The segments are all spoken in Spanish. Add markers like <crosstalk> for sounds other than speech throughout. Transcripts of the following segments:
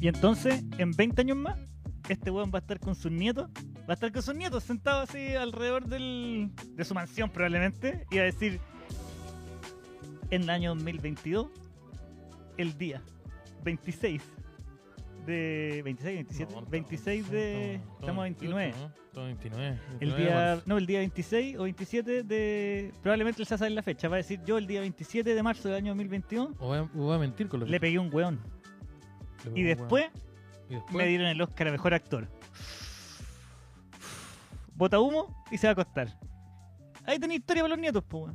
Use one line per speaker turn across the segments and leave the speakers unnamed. Y entonces, en 20 años más, este weón va a estar con sus nietos. Va a estar con sus nietos sentados así alrededor del, de su mansión probablemente. Y va a decir, en el año 2022, el día 26 de... 26, 27,
No, no,
26 de...
estamos-
Estamos a 29.
¿no? Estamos 29.
El
29 de
día,
marzo.
no, el día 26 o 27 de... Probablemente él ya sabe la fecha. Va a decir, yo el día 27 de marzo del año 2021
O voy, a, o voy a mentir con los
le pegué un weón. Y después
y después-
me dieron el Oscar a Mejor Actor. Bota humo y se va a acostar. Ahí tenés historia para los nietos, pues.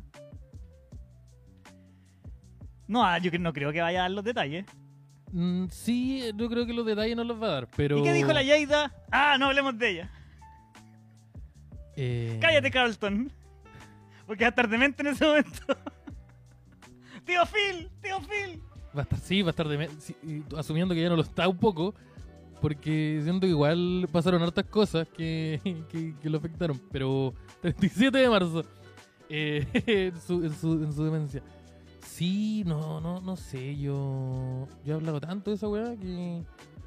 No, ah, yo que- no creo que vaya a dar los detalles.
Mm, sí, yo creo que los detalles no los va a dar, pero...
¿Y qué dijo la Yaida? Ah, no hablemos de ella.
Eh,
Cállate, Carlton. Porque va a estar demente en ese momento. tío Phil, tío Phil.
Va a estar, sí, va a estar de- sí, y asumiendo que ya no lo está un poco, porque siento que igual pasaron hartas cosas que, <laughs> que- que lo afectaron, pero 37 de marzo, eh, <laughs> en, su, en su- en su demencia. Sí, no, no, no sé, yo, yo he hablado tanto de esa weá que...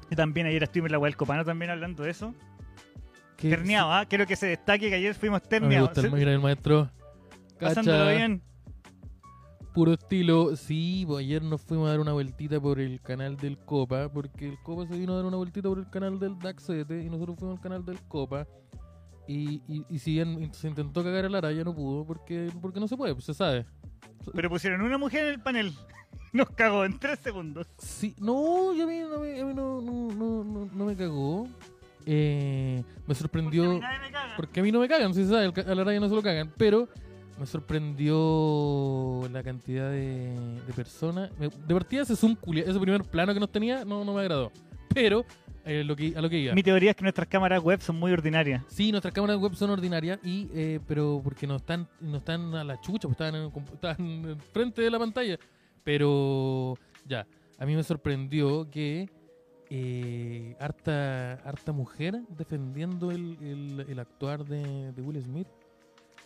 Yo también ayer estuve en la del Copano también hablando de eso.
que
Terneado, ¿ah? Quiero que se destaque que ayer fuimos
sí, no me
terneados.
gusta el,
Se-
mira, el maestro.
Pasándolo
Cacha.
bien.
puro estilo. Sí, pues ayer nos fuimos a dar una vueltita por el canal del Copa, porque el Copa se vino a dar una vueltita por el canal del Daxete y nosotros fuimos al canal del Copa. Y, y, y si bien se intentó cagar a Lara, ya no pudo, porque, porque no se puede, pues se sabe.
Pero pusieron una mujer en el panel. <laughs> Nos cagó en tres segundos.
Sí, no, yo a mí, no me- a mí no, no, no, no- no me cagó. Eh, me sorprendió.
Porque a mí nadie me caga.
Porque a mí no me cagan, si se sabe, al ca- a la raya no se lo cagan, pero me sorprendió la cantidad de, de personas. Me- De partida ese zoom culia, ese primer plano que nos tenía no, no me agradó, pero eh, lo que, a lo que iba.
Mi teoría es que nuestras cámaras web son muy ordinarias.
Sí, nuestras cámaras web son ordinarias, y eh, pero porque no están, no están a la chucha, pues estaban, en, el compu- estaban en frente de la pantalla. Pero ya, a mí me sorprendió que eh, harta, harta mujer defendiendo el, el- el actuar de, de Will Smith,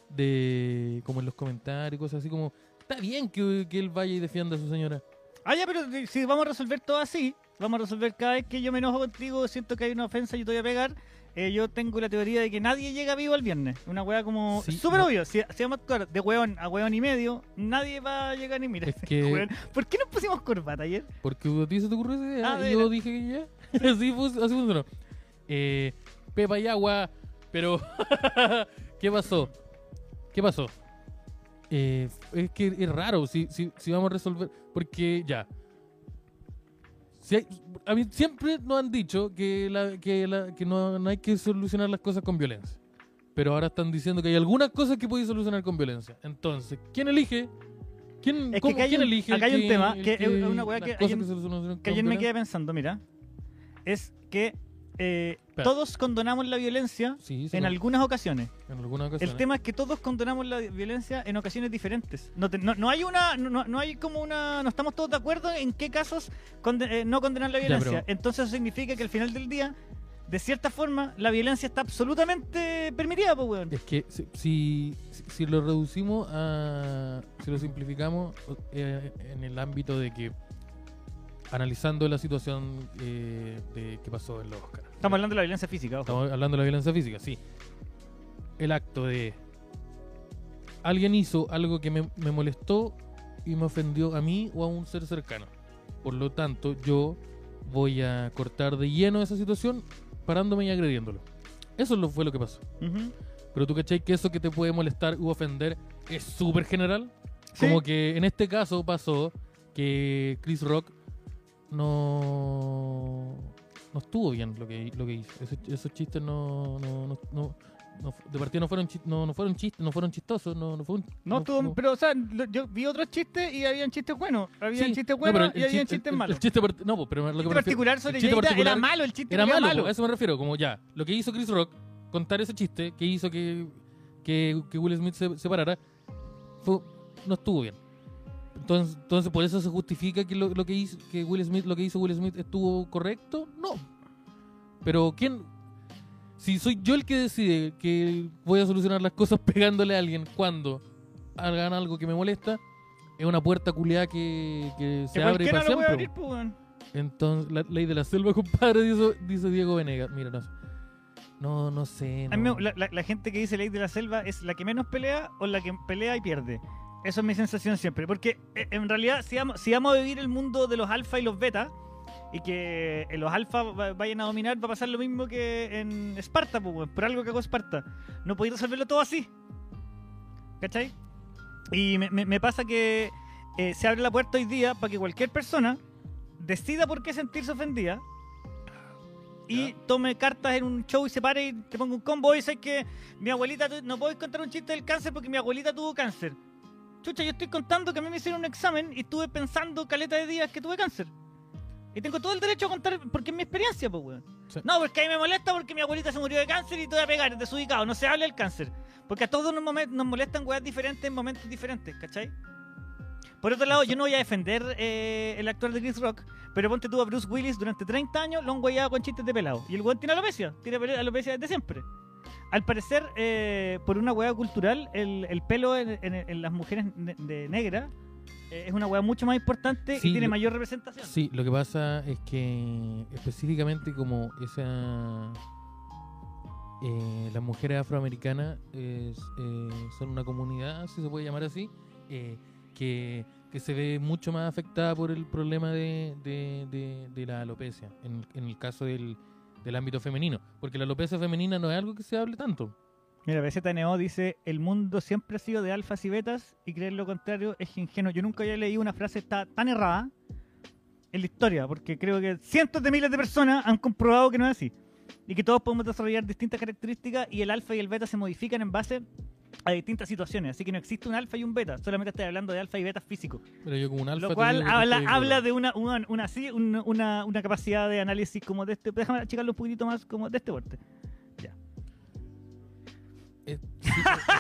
de como en los comentarios, cosas así como, está bien que, que él vaya y defienda a su señora.
Ah, ya, pero si vamos a resolver todo así, vamos a resolver cada vez que yo me enojo contigo, siento que hay una ofensa, yo te voy a pegar. eh, yo tengo la teoría de que nadie llega vivo el viernes. Una wea como
Sí,
súper
no.
obvio. Si, si vamos a actuar de weón a weón y medio, nadie va a llegar ni <laughs> mira.
Es que-
weón. ¿Por qué nos pusimos corbata ayer?
Porque a ti se te ocurrió esa idea.
Ah,
y
mira.
yo dije que ya. <laughs> así, fun- así funcionó. Eh, Pepa y agua. Pero, <laughs> ¿qué pasó? ¿Qué pasó? Eh, es que es raro si, si, si vamos a resolver. Porque ya. Si hay- a mí siempre nos han dicho que, la- que, la- que no, no hay que solucionar las cosas con violencia. Pero ahora están diciendo que hay algunas cosas que podéis solucionar con violencia. Entonces, ¿quién elige? ¿Quién,
que
cómo-
acá hay
quién
un-
elige?
acá hay un tema
el
que es una weá
las
que
cosas
ayer-
se solucionan
que
con
ayer me
violencia?
quedé pensando, mira, es que eh,
Espera.
todos condonamos la violencia
Sí, sí,
en
no,
algunas ocasiones.
en alguna ocasión.
El tema es que todos condenamos la violencia en ocasiones diferentes. No, te- no, no hay una, no- no, no hay como una, no estamos todos de acuerdo en qué casos conde- eh, no condenar la violencia.
pero-
Entonces eso significa que al final del día, de cierta forma, la violencia está absolutamente permitida, pues, weón.
Es que si, si, si lo reducimos a. Si lo simplificamos eh, en el ámbito de que. Analizando la situación eh, de que pasó en los Oscars.
Estamos hablando de la violencia física, ojo.
Estamos hablando de la violencia física, sí. El acto de. Alguien hizo algo que me, me molestó y me ofendió a mí o a un ser cercano. Por lo tanto, yo voy a cortar de lleno esa situación parándome y agrediéndolo. Eso lo- fue lo que pasó.
Ujú.
Pero tú cachai que eso que te puede molestar u ofender es súper general.
Sí.
Como que en este caso pasó que Chris Rock no, no estuvo bien lo que, lo que hizo. Esos, esos chistes no, no, no, no- no- de partida no fueron, chi- no, no fueron chistes, no fueron chistosos, no, no fue un-
No, estuvo-
no-
pero o sea, lo- yo vi otros chistes y habían chistes buenos, habían
Sí,
chistes
no, pero
buenos
el
y habían
chiste-
chistes
el-
malos.
El chiste part- no, pues, pero lo que me
chiste
refiero-
particular sobre
el chiste
Yeida era
particular-
malo, el chiste
era malo, pues,
malo.
a eso me refiero, como ya, lo que hizo Chris Rock, contar ese chiste que hizo que, que, que Will Smith se, se parara, fue- no estuvo bien. Entonces, entonces por eso se justifica que lo, lo que hizo que Will Smith, lo que hizo Will Smith estuvo correcto, no. Pero quién, si soy yo el que decide que voy a solucionar las cosas <laughs> pegándole a alguien cuando hagan algo que me molesta, es una puerta culiada que, que se
Que
abre
cualquiera
para
lo puede
siempre.
abrir, pues, weón.
Entonces, la ley de la selva, <laughs> compadre, dice, dice Diego Venegas. Mira, no sé. No, no sé.
A mí
no.
me- la, la- la gente que dice ley de la selva es la que menos pelea o la que pelea y pierde. Eso es mi sensación siempre. Porque eh, en realidad, si vamos, si vamos a vivir el mundo de los alfa y los beta, y que eh, los alfa va- vayan a dominar, va a pasar lo mismo que en Esparta, pues, weón, por algo que hago Esparta. No podéis resolverlo todo así. ¿Cachai? Y me, me- me pasa que eh, se abre la puerta hoy día para que cualquier persona decida por qué sentirse ofendida y tome cartas en un show y se pare y te ponga un combo y dices que mi abuelita, tu- no puedo contar un chiste del cáncer porque mi abuelita tuvo cáncer. Chucha, yo estoy contando que a mí me hicieron un examen y estuve pensando caleta de días que tuve cáncer. Y tengo todo el derecho a contar porque es mi experiencia, pues, weón.
Sí.
No, porque a mí me molesta porque mi abuelita se murió de cáncer y te voy a pegar, desubicado. No se habla del cáncer. Porque a todos nos, momen- nos molestan weas diferentes en momentos diferentes, ¿cachai? Por otro lado, yo no voy a defender eh, el actor de Chris Rock, pero ponte tú a Bruce Willis durante 30 años, lo han weyado con chistes de pelado. Y el weón tiene alopecia, tiene pele- alopecia desde siempre. Al parecer, eh, por una hueá cultural, el, el pelo en, en- en las mujeres ne- de negra eh, es una hueá mucho más importante
Sí,
y tiene
lo-
mayor representación.
Sí, lo que pasa es que específicamente como esa... eh, las mujeres afroamericanas es, eh, son una comunidad, si se puede llamar así, eh, que, que se ve mucho más afectada por el problema de, de- de- de la alopecia, en, en el caso del, del ámbito femenino. Porque la alopecia femenina no es algo que se hable tanto.
Mira, BZNO dice, el mundo siempre ha sido de alfas y betas y creer lo contrario es ingenuo. Yo nunca había leído una frase ta- tan errada en la historia, porque creo que cientos de miles de personas han comprobado que no es así. Y que todos podemos desarrollar distintas características y el alfa y el beta se modifican en base a distintas situaciones. Así que no existe un alfa y un beta, solamente estoy hablando de alfa y beta físico.
Pero yo como un alfa...
Lo
te
cual
digo que
habla,
estoy equivocado.
habla de una, una, una, sí, una, una- una capacidad de análisis como de este... Déjame achicarlo un poquitito más como de este porte.
Eh, sí,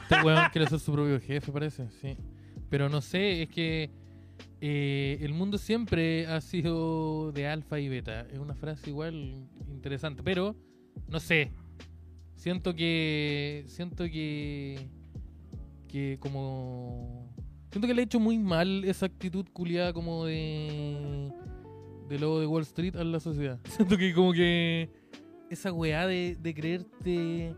este weón quiere ser su propio jefe, parece, sí. Pero no sé, es que eh, el mundo siempre ha sido de alfa y beta. Es una frase igual interesante, pero no sé. Siento que. Siento que. Que como. Siento que le he hecho muy mal esa actitud culiada como de. De lobo de Wall Street a la sociedad. <laughs> Siento que como que. Esa weá de, de creerte.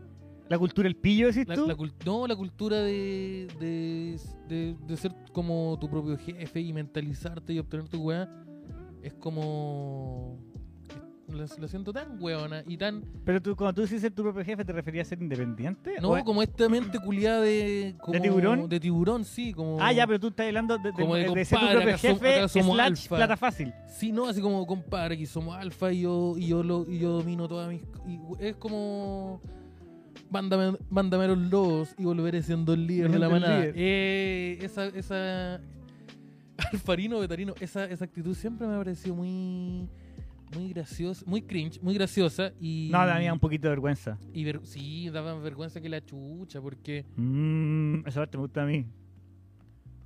La cultura el pillo, decís
La-
tú.
la cul- no, la cultura de, de, de- de ser como tu propio jefe y mentalizarte y obtener tu weá es como. La, la siento tan weona y tan.
Pero tú, cuando tú dices ser tu propio jefe, ¿te referías a ser independiente?
No,
¿O es-
como esta mente culiada de. como-
tiburón?
De tiburón, sí. Como,
Ah, ya, pero tú estás hablando de, de-
Como de
de ser tu
compadre,
propio
acá som-
jefe
acá somos
slash
alfa.
plata fácil.
Sí, no, así como compadre, que somos alfa y yo, y yo, lo, y yo domino todas mis. y es como. Mándame, mándame a los lobos y volveré siendo el líder de la
Siendo el
manada.
líder.
Eh, esa. esa <laughs> alfarino, vetarino, esa, esa actitud siempre me ha parecido muy. Muy graciosa, muy cringe, muy graciosa y.
No, da un poquito de vergüenza.
y ver- sí, daba más vergüenza que la chucha, porque.
Mm, esa parte me gusta a mí.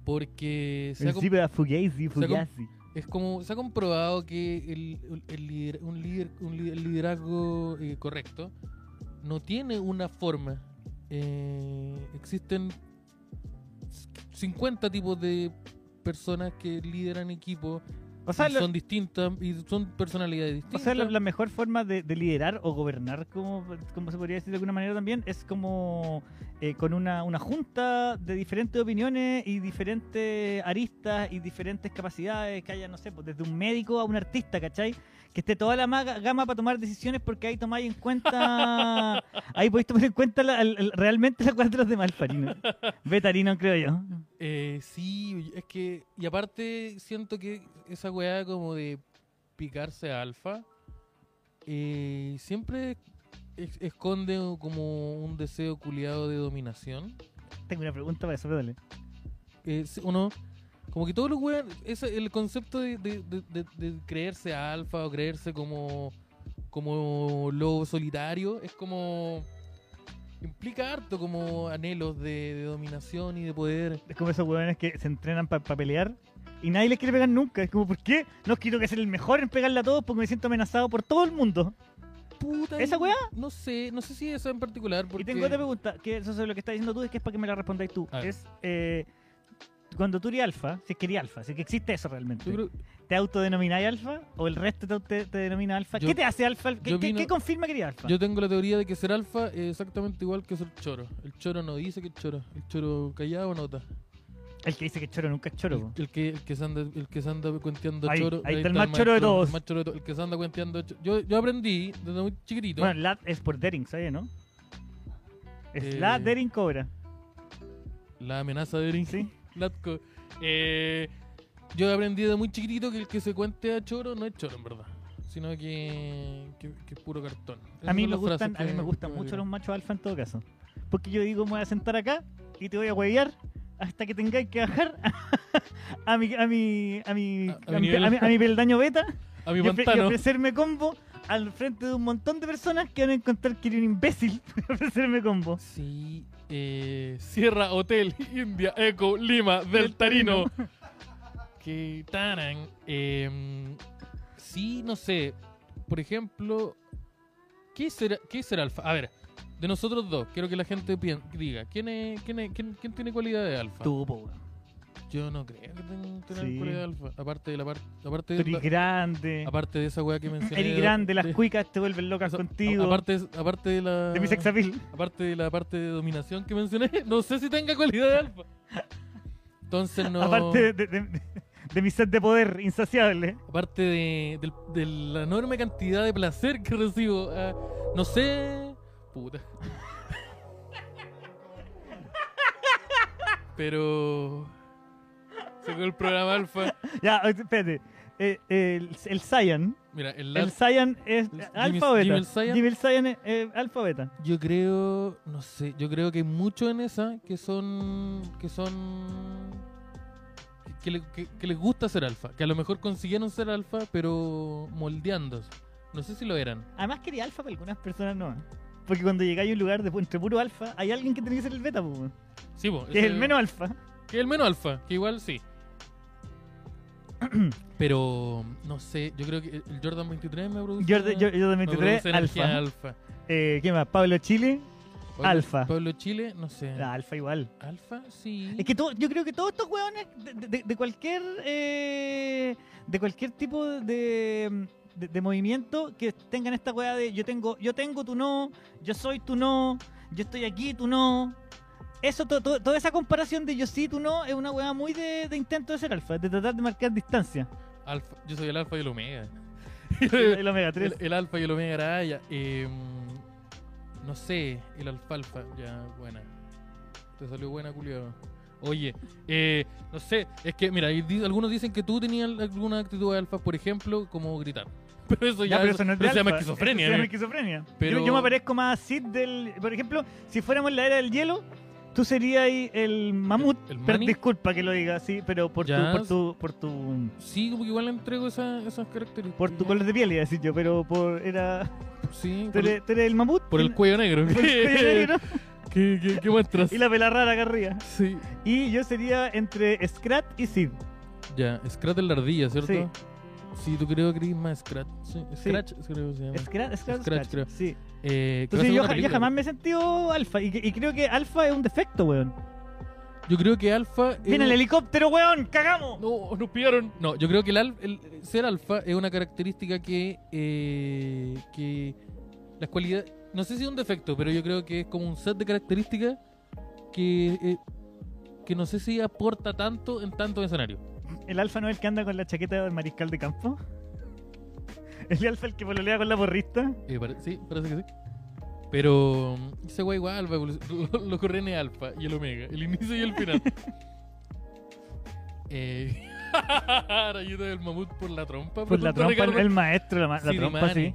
Porque. se ha
Encima de Fugazi,
sea, como-
Fugazi.
Es como, se ha comprobado que el, el lider- un, líder, un li- el liderazgo eh, correcto no tiene una forma. Eh, existen 50 tipos de personas que lideran equipos
O sea,
y
lo-
son distintas y son personalidades
o
distintas.
sea, la, la mejor forma de, de liderar o gobernar, como, como se podría decir de alguna manera también, es como eh, con una, una junta de diferentes opiniones y diferentes aristas y diferentes capacidades que haya, no sé, pues, desde un médico a un artista, ¿cachai? Que esté toda la maga- gama para tomar decisiones porque ahí tomáis en cuenta, ahí podéis tomar en cuenta la- el- el- realmente las cosas de los demás, Farino. Betarino, creo yo.
Eh, sí, es que. Y aparte, siento que esa weá como de picarse a alfa eh, siempre es- esconde como un deseo culiado de dominación.
Tengo una pregunta para eso, pero dale.
Eh, si- o no, como que todos los weas. ese- el concepto de, de- de- de- de creerse alfa o creerse como. como lobo solitario es como. implica harto como anhelos de, de dominación y de poder.
Es como esos huevones que se entrenan para pelear y nadie les quiere pegar nunca. Es como, ¿por qué? No quiero que sea el mejor en pegarle a todos porque me siento amenazado por todo el mundo.
Puta,
¿Esa weá?
No sé, no sé si eso en particular. Porque...
Y tengo otra pregunta, que eso es lo que estás diciendo tú, es que es para que me la respondáis tú.
A ver.
Es, eh, cuando tú eres alfa, si es que eres alfa, si es que existe eso realmente,
Yo creo-
¿te autodenomináis alfa o el resto te, te, te denomina alfa?
Yo-
¿Qué te hace alfa? ¿Qué,
yo
qué-
vino-
qué confirma que eres alfa?
Yo tengo la teoría de que ser alfa es exactamente igual que ser choro. El choro no dice que es choro. El choro callado nota.
El que dice que choro nunca es choro. po.
El, el que, el, que se anda, el que se anda cuenteando
Ahí-
choro.
ahí está el más choro de todos.
el más choro de to- El que se anda cuenteando choro. Yo, yo aprendí desde muy chiquitito.
Bueno, Lat es por Dering, ¿sabes, no? Es
Eh,
la Dering Cobra,
La amenaza de Brin.
¿sí?
Latco. Eh, yo aprendí desde muy chiquitito que el que se cuente a choro no es choro, en verdad. Sino que, que, que es puro cartón.
A
Esas
mí,
son
me
las frases
gustan, a mí
que-
me gustan
que
mucho
digo.
los machos alfa en todo caso. Porque yo digo, me voy a sentar acá y te voy a huevear hasta que tengáis que bajar <laughs> a mi a mi a mi
A-
a,
a
mi-
nivel-
a mi- a mi peldaño beta
A <laughs> mi
y, ofre- y
pantano.
ofrecerme combo al frente de un montón de personas que van a encontrar que eres un imbécil <laughs> por ofrecerme combo.
Sí, eh, Sierra Hotel, India, Eco, Lima, Del Tarino. <laughs> que taran. eh, sí, no sé. Por ejemplo, ¿qué será, ¿qué será alfa? A ver, de nosotros dos, quiero que la gente pien- diga, ¿quién, es, quién, es- quién, quién tiene cualidad de alfa?
Tú, po, weón.
Yo no creo que ten- tener
Sí.
cualidad de alfa. Aparte de la parte... Aparte
Tú
de,
eres
la-
grande.
aparte de esa weá que mencioné.
Eres
de-
grande, las
de-
cuicas te vuelven locas
esa-
contigo.
Aparte, aparte de la...
de mi sexapil.
Aparte de la parte de dominación que mencioné, <laughs> no sé si tenga cualidad de alfa. Entonces no.
Aparte de, de- de- de mi sed de poder insaciable. <laughs>
aparte de, del- de la enorme cantidad de placer que recibo. ah, no sé. Puta. Pero. Según el programa alfa.
Ya, espérate. Eh, el, el Saiyan.
Mira, el,
El
lat-
Saiyan es
el-
alfa
Jimmy-
o beta.
Jimmy el Saiyan.
Jimmy el Saiyan es eh, alfa o beta.
Yo creo. No sé. Yo creo que hay mucho en esa que son. que son. que, le- que- que les gusta ser alfa. Que a lo mejor consiguieron ser alfa, pero moldeándose. No sé si lo eran.
Además que eres alfa para algunas personas no. Porque cuando llegáis a un lugar de, entre puro alfa, hay alguien que tiene que ser el beta, po,
Sí, po,
que es
ese-
el menos alfa.
Que es el menos alfa, que
<clears throat>
igual sí. Pero no sé, yo creo que el Jordan 23 me produce.
Yo, yo, yo de
me
23,
produce energía
alfa.
alfa.
Eh, ¿Qué más? Pablo Chile,
Pablo-
Alfa.
Pablo Chile, no sé.
ah, alfa igual.
Alfa, sí.
Es que todo, yo creo que todos estos hueones de, de- de cualquier eh, de cualquier tipo de, de- de movimiento que tengan esta hueá de yo tengo yo tengo tu no, yo soy tu no, yo estoy aquí tu no. Eso to- to- toda esa comparación de yo sí tú no es una hueá muy de, de intento de ser alfa, de tratar de marcar
<laughs>
distancia.
Alfa. Yo soy el alfa y
<laughs>
el omega.
El, el omega 3.
El, el alfa y el omega araya. Eh, no sé, el alfalfa. Ya, buena. Te salió buena, culiado. Oye, eh, no sé, es que, mira, y di- algunos dicen que tú tenías alguna actitud de alfa, por ejemplo, como gritar. <laughs> Pero eso ya,
Ya, pero eso no es de
se llama
alfa.
esquizofrenia.
Eso Se llama
eh.
esquizofrenia.
Pero-
Yo, yo me parezco más a Sid del. Por ejemplo, si fuéramos en la era del hielo, tú serías el mamut.
El- el
Pero
Manny.
disculpa que lo diga así, pero por tu,
Ya.
por tu, por tu,
Sí, como que igual le entrego esa- esas características.
por tu color de piel, iba a decir yo, pero por era.
Sí,
Tú
por,
eres, tú eres el mamut.
por
y- <laughs>
el cuello negro.
por el cuello negro
<laughs> ¿Qué, qué- qué muestras?
y la pela rara acá arriba.
Sí.
Y yo sería entre Scrat y Sid.
Ya, Scratch es la ardilla, ¿cierto?
Sí.
Sí, tú creo que eres más Scratch. Sí, Scratch, creo que se llama.
Scrat, Scrat,
Ah. Scratch,
Scratch.
creo.
Sí.
Eh, creo que
Entonces yo,
es una
ja- yo
película.
jamás me he sentido alfa. Y, que- y creo que alfa es un defecto, weón.
Eh, Yo creo que alfa. es
Viene el
un-
helicóptero, weón, cagamos.
No, nos pillaron. No, yo creo que el, al- el- ser alfa es una característica que. eh, que las cualidades. No sé si es un defecto, pero yo creo que es como un set de características que. eh, que no sé si aporta tanto en tanto escenario.
¿El alfa no es el que anda con la chaqueta del mariscal de campo? <laughs> ¿El alfa el que pololea con la porrista?
Eh, pare- sí, parece que sí. Pero mm, ese güey igual va a evoluc- <laughs> lo- Los correnes alfa y el omega, el inicio y el final. <laughs> eh, <laughs> rayito del mamut por la trompa.
Pues la
pregunta
trompa,
Ricardo.
el maestro, la, ma- la
Sí,
trompa,
Dimani.
sí.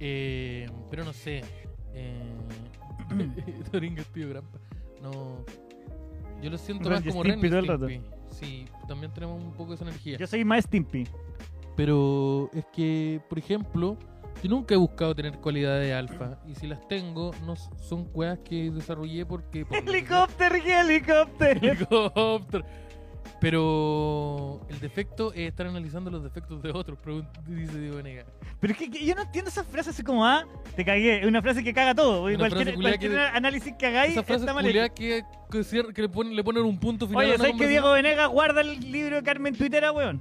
Eh, pero no sé. Eh, <laughs> Doringo es tío Grampa. No. Yo lo siento
Ren
más
y
como
Stimpy
Ren y
todo el rato.
Stimpy. Sí, también tenemos un poco esa energía.
Yo soy más Stimpy.
Pero es que, por ejemplo, Yo nunca he buscado tener cualidades alfa. Y si las tengo, no s- son weas que desarrollé porque.
<laughs>
por-
Helicóptero, helicóptero.
Helicóptero. <laughs> Pero el defecto es estar analizando los defectos de otros, pregun- dice Diego Venega.
<laughs> Pero es que, que yo no entiendo esa frase así como, ah, te cagué. Es una frase que caga todo.
Una
Cualquier,
frase culiá
cualquier
que-
análisis que hagáis
Esa frase
está mal
culiá
hecho.
que, que, cier- que le, ponen, le ponen un punto final a
Oye,
una
¿sabes que
conversación.
Diego Venegas guarda el libro de Carmen Twittera, weón?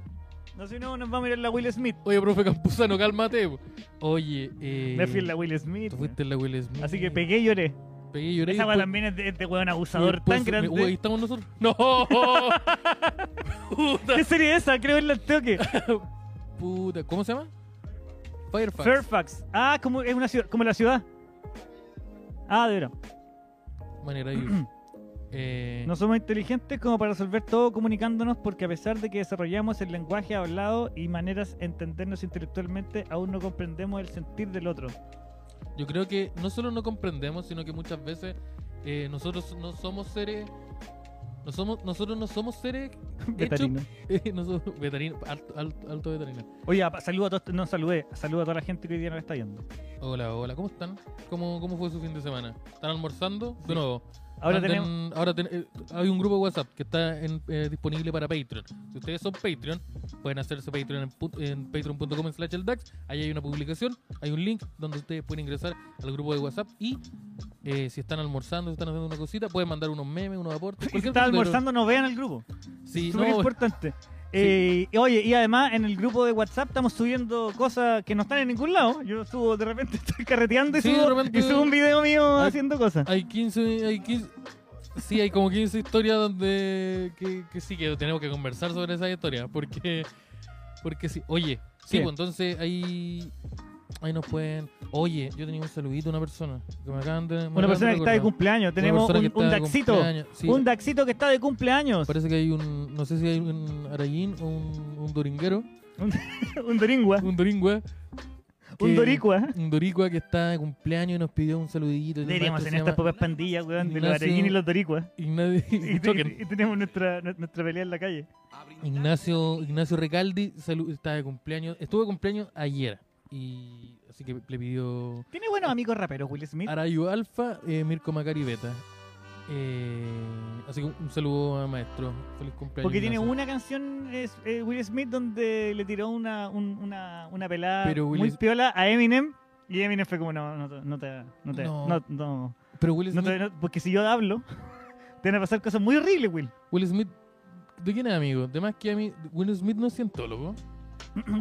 No, si no, nos va a mirar la Will Smith.
Oye, profe Campuzano, cálmate. po. Oye, eh,
Me fui en la Will Smith.
tú fuiste en la Will Smith.
Así que pegué y lloré.
Pegué y lloré. y
Esa weá
después-
también es de, es de weón
y
abusador
después
tan
me-
grande.
Uy, ahí estamos nosotros. No.
<laughs>
puta,
¿Qué serie es esa? Creo que la toque.
puta. ¿Cómo se llama? Firefox.
Fairfax. Ah, como es una ciudad, como la ciudad. Ah, de verdad.
Manera de- eh,
No somos inteligentes como para resolver todo comunicándonos porque a pesar de que desarrollamos el lenguaje hablado y maneras de entendernos intelectualmente, aún no comprendemos el sentir del otro. <laughs>
Yo creo que no solo no comprendemos, sino que muchas veces eh, nosotros no somos seres. No somos, nosotros no somos seres. <laughs> hechos-
Betarino.
eh, no somos- veterino, alto, alto, alto veterino.
Oye, apa- saludo a todos, no saludé, saludo a toda la gente que hoy día nos está viendo.
Hola, hola, ¿cómo están? ¿Cómo, ¿Cómo fue su fin de semana? ¿Están almorzando? Ah, De nuevo.
Ahora
Manden-
tenemos
ahora ten- eh, hay un grupo de WhatsApp que está en- eh, disponible para Patreon. Si ustedes son Patreon, pueden hacerse Patreon en, pu- en patreon.com slash el DAX. Ahí hay una publicación, hay un link donde ustedes pueden ingresar al grupo de WhatsApp y eh, si están almorzando, si están haciendo una cosita, pueden mandar unos memes, unos
<laughs>
aportes.
si
cualquier
está
cosa, pero-
almorzando, no vean el grupo.
Sí,
Súper
no,
importante. Eh, y oye, y además en el grupo de WhatsApp estamos subiendo cosas que no están en ningún lado. Yo subo de repente, <laughs> estoy carreteando y,
Sí,
subo,
de repente-
y subo un video mío
Ah,
haciendo cosas.
hay 15, hay 15 Sí, hay como 15 historias donde que, que sí que tenemos que conversar sobre esas historias porque porque sí. Oye, sí,
¿Qué?
pues entonces ahí ahí nos pueden. Oye, yo tenía un saludito a una persona que me acaban de me acaban
Una
de
persona que está de
recordar.
cumpleaños,
Una
tenemos un,
persona que
un
está de
Daxito.
cumpleaños. Sí,
Un Daxito que está de cumpleaños.
Parece que hay un no sé si hay un arañín o un, un doringuero,
<laughs> un Doringua,
un doringua,
un
que-
Doricua.
un doricua que está de cumpleaños y nos pidió un saludito. El
Deberíamos
maestro
en
se
estas
llama
pocas pandillas, weón, de los
Ignacio-
Arellín y los Doricuas.
<laughs> Ignacio-
<laughs> Y, y-
Choquen.
y tenemos nuestra, nuestra pelea en la calle.
Ignacio, Ignacio Recaldi salu- está de cumpleaños, estuvo de cumpleaños ayer. Y así que le pidió
Tiene buenos amigos raperos, Will Smith.
Arayu Alfa, eh, Mirko Macari Beta. Eh, así que un saludo a maestro. Feliz cumpleaños.
Porque tiene
Ignacio.
una canción, es, eh, Will Smith, donde le tiró una, un- una, una pelada
Pero Will
muy
Smith-
piola a Eminem. Y Eminem fue como, no, no, te- no te... No te,
No.
no, no,
Pero Will
no
Smith,
te- no- porque si yo hablo, <laughs> te van a pasar cosas muy horribles, Will. <clears throat>
Will Smith, ¿de quién es amigo? De más que a mí, Will Smith no es cientólogo.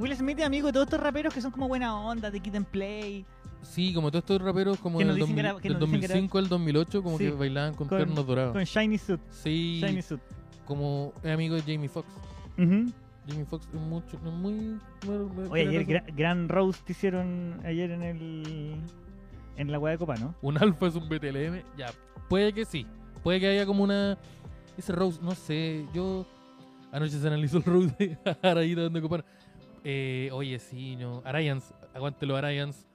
Will Smith es amigo de todos estos raperos que son como buena onda, te quitan play.
Sí, como todos estos raperos como
Que nos
del,
dicen que
2000
era- que
del
nos dicen que era-
2005 al 2008 como
Sí,
que bailaban con,
con-
ternos dorados.
Con Shiny Suit,
sí,
Shiny Suit.
como es amigo de Jamie Foxx.
Ujú.
Jimmy Fox es mucho, es muy, muy-
Oye, ayer
muy-
gra- gran roast hicieron ayer en el... En la hueá de copa, ¿no?
un <laughs> alfa es un BTLM, ya, puede que sí, puede que haya como una ese Rose, no sé, yo anoche se analizó el Rose de <laughs> Arayita dando copano. Eh, oye, sí, no, Arayans, aguántelo Arayans.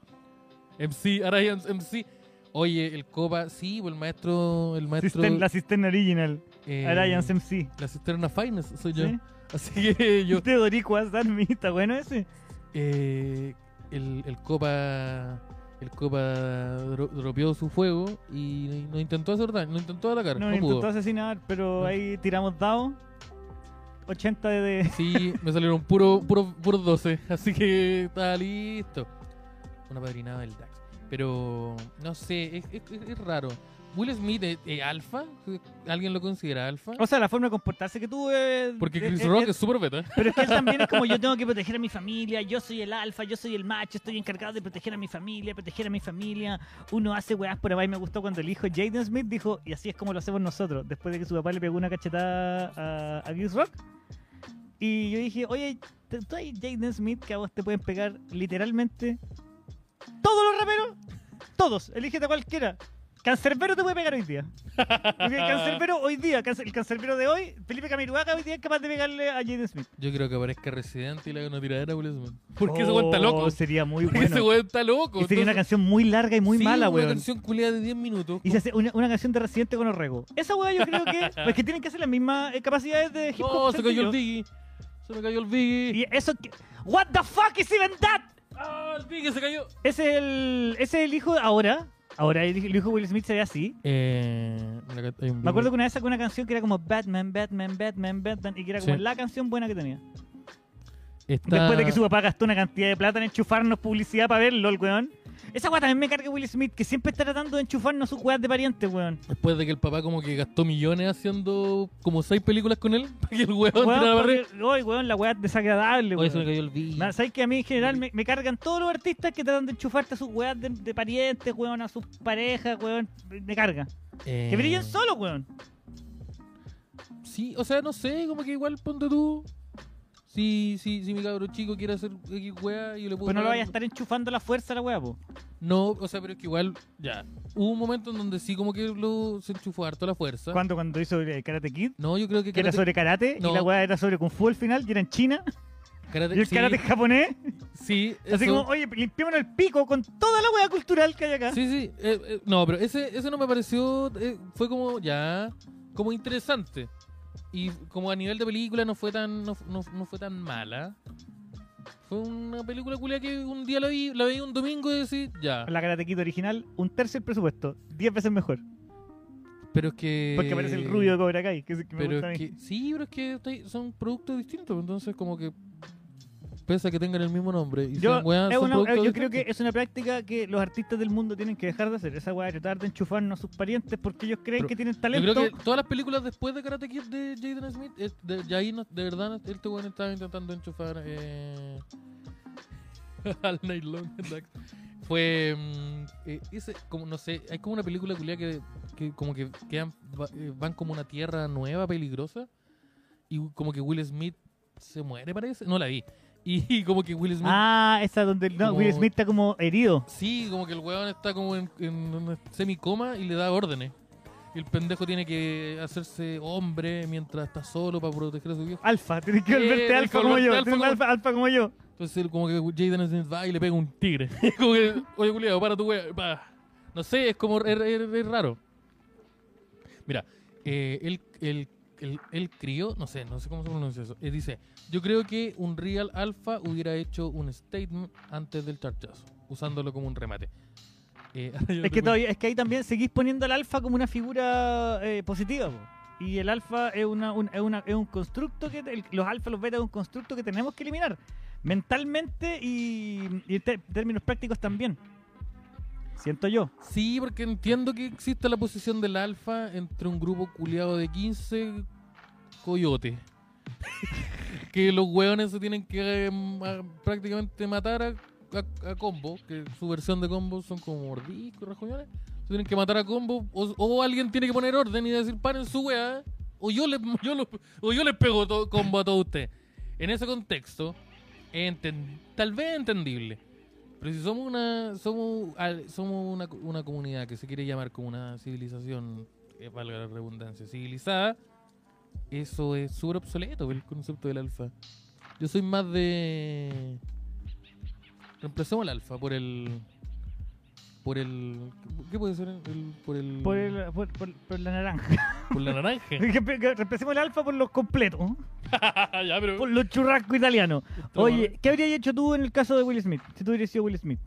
MC, Arayans, MC. Oye, el Copa, sí, pues el maestro, el maestro
Cistern- la cisterna original,
eh,
Alliance MC.
la cisterna Finest soy yo.
¿sí?
Así que yo
Usted Doricuas, Darmi, está bueno ese.
Eh, el, el Copa el Copa dro- dropeó su fuego y no intentó hacer daño, no intentó atacar,
No,
no,
intentó
pudo.
asesinar,
No.
pero ahí tiramos dado. 80 de. de-
Sí, me salieron puro, puro, puro 12, <laughs> así que está listo. Una padrinada del DAX. Pero no sé, es, es- es- es raro. Will Smith es, es alfa, alguien lo considera alfa.
O sea, la forma de comportarse que tuvo. eh,
Porque
eh,
Chris
eh,
Rock
eh,
es súper beta.
Pero es que él también es como yo tengo que proteger a mi familia, yo soy el alfa, yo soy el macho, estoy encargado de proteger a mi familia, proteger a mi familia. Uno hace weás por ahí. Me gustó cuando el hijo Jaden Smith dijo, y así es como lo hacemos nosotros, después de que su papá le pegó una cachetada a, a Chris Rock. Y yo dije, oye, ¿tú tú hay Jaden Smith que a vos te pueden pegar literalmente todos los raperos? Todos, elígete a cualquiera. Cancerbero te puede pegar hoy día. Porque el cancerbero hoy día, cance- el cancerbero de hoy, Felipe Camiruaga hoy día es capaz de pegarle a Jaden Smith.
Yo creo que aparezca Residente y le haga una tiradera a Will Smith. Porque
Oh,
ese weón está loco.
Sería muy
Porque <laughs> ese
bueno.
weón está loco.
Y sería una
Entonces-
canción muy larga y muy
Sí,
mala,
Una
weón.
canción culiada de 10 minutos.
Y se hace una, una canción de Residente con Orrego. Esa weá yo creo
<laughs>
que. Pues que tienen que hacer las mismas eh, capacidades de hip hop.
No, Oh, se cayó
sencillo.
el Diggy. Se me cayó el Diggy.
Y eso. que- ¿What the fuck is even that?
¡Ah, el pique se cayó!
Ese es el, ese es el hijo ahora. Ahora el, el hijo de Will Smith se ve así.
Eh, la- hay un
Me acuerdo
video-
que una vez sacó una canción que era como Batman, Batman, Batman, Batman. Y que era como
Sí.
la canción buena que tenía.
Está-
Después de que su papá gastó una cantidad de plata en enchufarnos publicidad para verlo, el weón. Esa weá también me carga Will Smith, que siempre está tratando de enchufarnos sus weas de parientes, weón.
Después de que el papá como que gastó millones haciendo como seis películas con él <laughs> para que el huevón
Weón,
tirara la
porque-
barriga.
Ay, weón, la weá es desagradable,
Oye, se me
weón.
cayó el bicho.
Ma- ¿Sabes que a mí en general me, me cargan todos los artistas que tratan de enchufarte a sus weas de, de parientes, weón, a sus parejas, weón? Me- Me carga.
Eh,
Que brillen solo, weón.
Sí, o sea, no sé, como que igual ponte tú. Si, si, si mi cabro chico quiere hacer X weá, yo le puedo.
Pues no lo
pagar-
vaya a estar enchufando la fuerza a la wea, po.
No, o sea, pero es que igual, ya. Hubo un momento en donde sí, como que lo, se enchufó harto la fuerza.
¿Cuándo cuando hizo eh, Karate Kid?
No, yo creo que.
Que era
karate-
sobre karate
No.
y la wea era sobre Kung Fu al final, y era en China.
karate-
Y el
sí,
karate es japonés.
Sí,
Así
eso.
como, oye, limpiémonos el pico con toda la hueá cultural que hay acá.
Sí, sí. eh, eh, no, pero ese, ese no me pareció. eh, fue como ya. Como interesante. Y como a nivel de película no fue tan. No, no- no fue tan mala. Fue una película culia que un día la vi, la vi un domingo y decís, ya.
La karatequita original, un tercio del presupuesto, 10 veces mejor.
Pero es que.
Porque aparece el rubio de Cobra Kai, que, es el que me
Eh, Pero
gusta
es
a mí.
que, sí, pero es que estoy- son productos distintos. Entonces, como que. Pese a que tengan el mismo nombre. Y
Yo,
sean weas,
es
son
una-
productos
yo creo que
distintos.
es una práctica que los artistas del mundo tienen que dejar de hacer. Esa hueá de tratar de enchufarnos a sus parientes porque ellos creen
Pero
que tienen
Yo
talento.
creo que todas las películas después de Karate Kid de Jaden Smith, eh, de, ya ahí no- de verdad no- este weón estaba intentando enchufar eh, <laughs> al nylon. Fue. mm, eh, ese, como no sé, hay como una película culia que, que como que quedan, va- eh, van como una tierra nueva, peligrosa, y como que Will Smith se muere, parece. No la vi. Y, como que Will Smith.
Ah, esa donde no,
Como-
Will Smith está como herido.
Sí, como que el weón está como en, en una semicoma y le da órdenes. Y el pendejo tiene que hacerse hombre mientras está solo para proteger a su viejo.
Alfa, tienes que
Eh,
volverte
tienes que
alfa como
volverte
yo.
alfa
tienes un
como-
alfa, alfa como yo.
Entonces él como que Jaden Smith va y le pega un tigre. <laughs> como que, oye, culiado, para tu wea. pa". No sé, es como, es, es- es raro. Mira, eh, el, el, el, el crío, no sé, no sé cómo se pronuncia eso. eh, dice, yo creo que un Real Alpha hubiera hecho un statement antes del charchazo, usándolo como un remate. Eh, <laughs> yo
Es que,
recuerdo-
todavía, es que ahí también seguís poniendo al alfa como una figura eh, positiva. po. Y el alfa es, una, un, es, una- es un constructo que... el- los alfa, los beta es un constructo que tenemos que eliminar. Mentalmente y, y en te- términos prácticos también. Siento yo.
Sí, porque entiendo que existe la posición del alfa entre un grupo culiado de 15 coyotes. <laughs> que los hueones se tienen que eh, ma- prácticamente matar a, a- a combo, que su versión de combo son como mordiscos, rajuñones. Se tienen que matar a combo, o, o alguien tiene que poner orden y decir, paren su wea, o yo les, <laughs> yo los- o yo les pego to- combo a todos ustedes. En ese contexto, enten- tal vez entendible. Pero si somos una somos, al- somos una, una comunidad que se quiere llamar como una civilización, eh, valga la redundancia, civilizada, eso es súper obsoleto el concepto del alfa. Yo soy más de... Reemplacemos el alfa por el... Por el... ¿Qué puede ser? El- por el...
Por, el- por- por- por la naranja.
por
<laughs>
la naranja. <laughs>
Que- que Reemplacemos el alfa por los completos. ¿eh?
ya, pero...
Por los churrascos italianos.
Estamos-
Oye, ¿qué habrías hecho tú en el caso de Will Smith? Si tú hubieras sido Will Smith.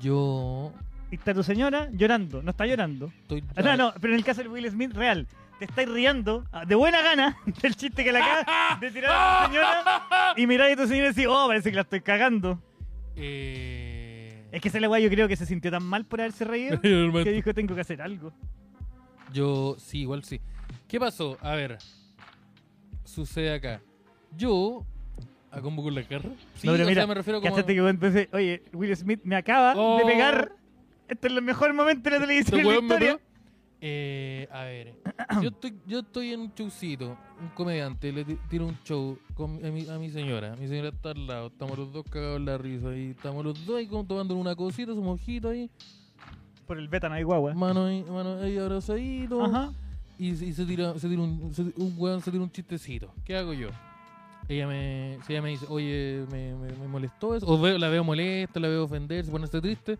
Yo...
Y está tu señora llorando. No está llorando.
Estoy...
Ah, No, no, pero en el caso de Will Smith, real. Te estáis riendo ah, de buena gana <laughs> del chiste que le acabas de tirar a tu señora y miráis a tu señora y decís, oh, parece que la estoy cagando.
Eh...
Es que ese weá yo creo que se sintió tan mal por haberse
<laughs>
reído que dijo, tengo que hacer algo.
Yo, sí, igual sí. ¿Qué pasó? A ver. Sucede acá. Yo. ¿A combo con la cara? Sí,
No, pero
o
mira,
sea, me refiero como.
Cachate que bueno, entonces, oye, Will Smith me acaba
Oh.
de pegar. Este es el mejor momento de la televisión
<laughs> Este
en <laughs> la
weón me
historia.
pegó. Eh, a ver. <clears throat> Yo estoy, yo estoy en un showcito. Un comediante le ti- tiro un show con, mi- a, mi, a mi señora. Mi señora está al lado. Estamos los dos cagados en la risa. Y estamos los dos ahí como tomando una cosita, su mojito ahí.
Por el beta no hay guagua.
Mano ahí, mano ahí abrazadito.
Ah. Ajá.
y, y se tira, se tira un, se- un weón se tira un chistecito. ¿Qué hago yo? Ella me, si ella me dice, oye, me, me- me molestó eso. O veo- la veo molesta, la veo ofender, se pone hasta triste.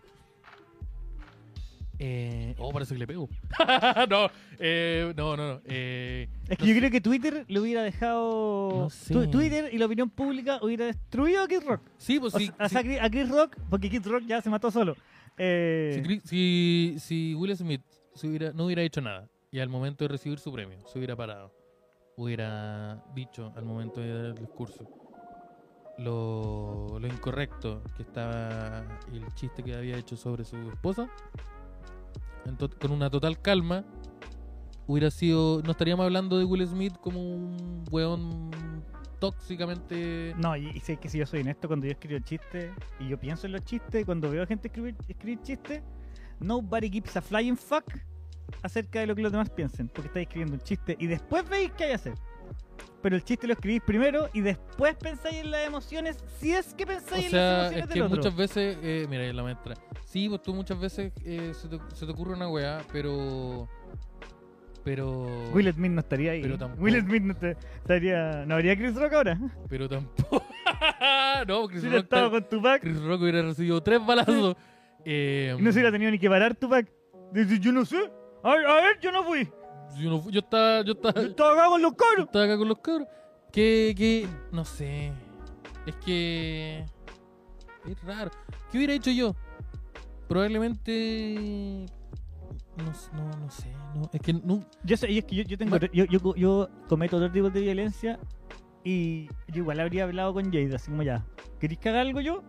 Eh, oh, parece que le pego. <laughs> no, eh, no, no, no. eh,
Es que yo creo que Twitter lo hubiera dejado.
No sé.
Tu- Twitter y la opinión pública hubiera destruido a Kid Rock.
sí, pues
O
sí.
sea, a, Chris, a Chris Rock, porque Kid Rock ya se mató solo. Eh,
Si, Chris- si, si Will Smith se hubiera- no hubiera hecho nada y al momento de recibir su premio se hubiera parado, hubiera dicho al momento de dar el discurso lo, lo incorrecto que estaba el chiste que había hecho sobre su esposa, ento- con una total calma, hubiera sido. No estaríamos hablando de Will Smith como un weón tóxicamente.
No, y, y sé que si yo soy honesto, cuando yo escribo chistes y yo pienso en los chistes, y cuando veo gente escribir, escribir chistes, nobody gives a flying fuck acerca de lo que los demás piensen, porque estáis escribiendo un chiste y después veis qué hay que hacer. Pero el chiste lo escribís primero y después pensáis en las emociones, si es que
O
pensáis en las
sea,
emociones
es que
del otro.
muchas veces, eh, mira, ahí la maestra. Sí, pues tú muchas veces eh, se, te, se te ocurre una weá, pero. Pero.
Will Smith no estaría ahí.
Pero tampoco-
Will Smith no esta- estaría. No habría Chris Rock ahora.
Pero tampoco. <laughs> no, Chris
Si hubiera
Rock,
estado con Tupac,
Chris Rock hubiera recibido tres balazos. Eh,
no se hubiera tenido ni que parar Tupac. Dice, yo no sé. A, a ver, yo no fui.
yo, no fu- yo estaba, yo, estaba,
Yo estaba acá con los
yo
caros.
estaba acá con los cabros. Que, que. No sé. Es que. Es raro. ¿Qué hubiera hecho yo? Probablemente. No, s- no, no sé. No, es que no,
Yo sé, y es que yo, yo tengo,
Bueno.
yo, yo, yo cometo otro tipo de violencia y yo igual habría hablado con Jade, así como ya, ¿queréis que haga algo yo?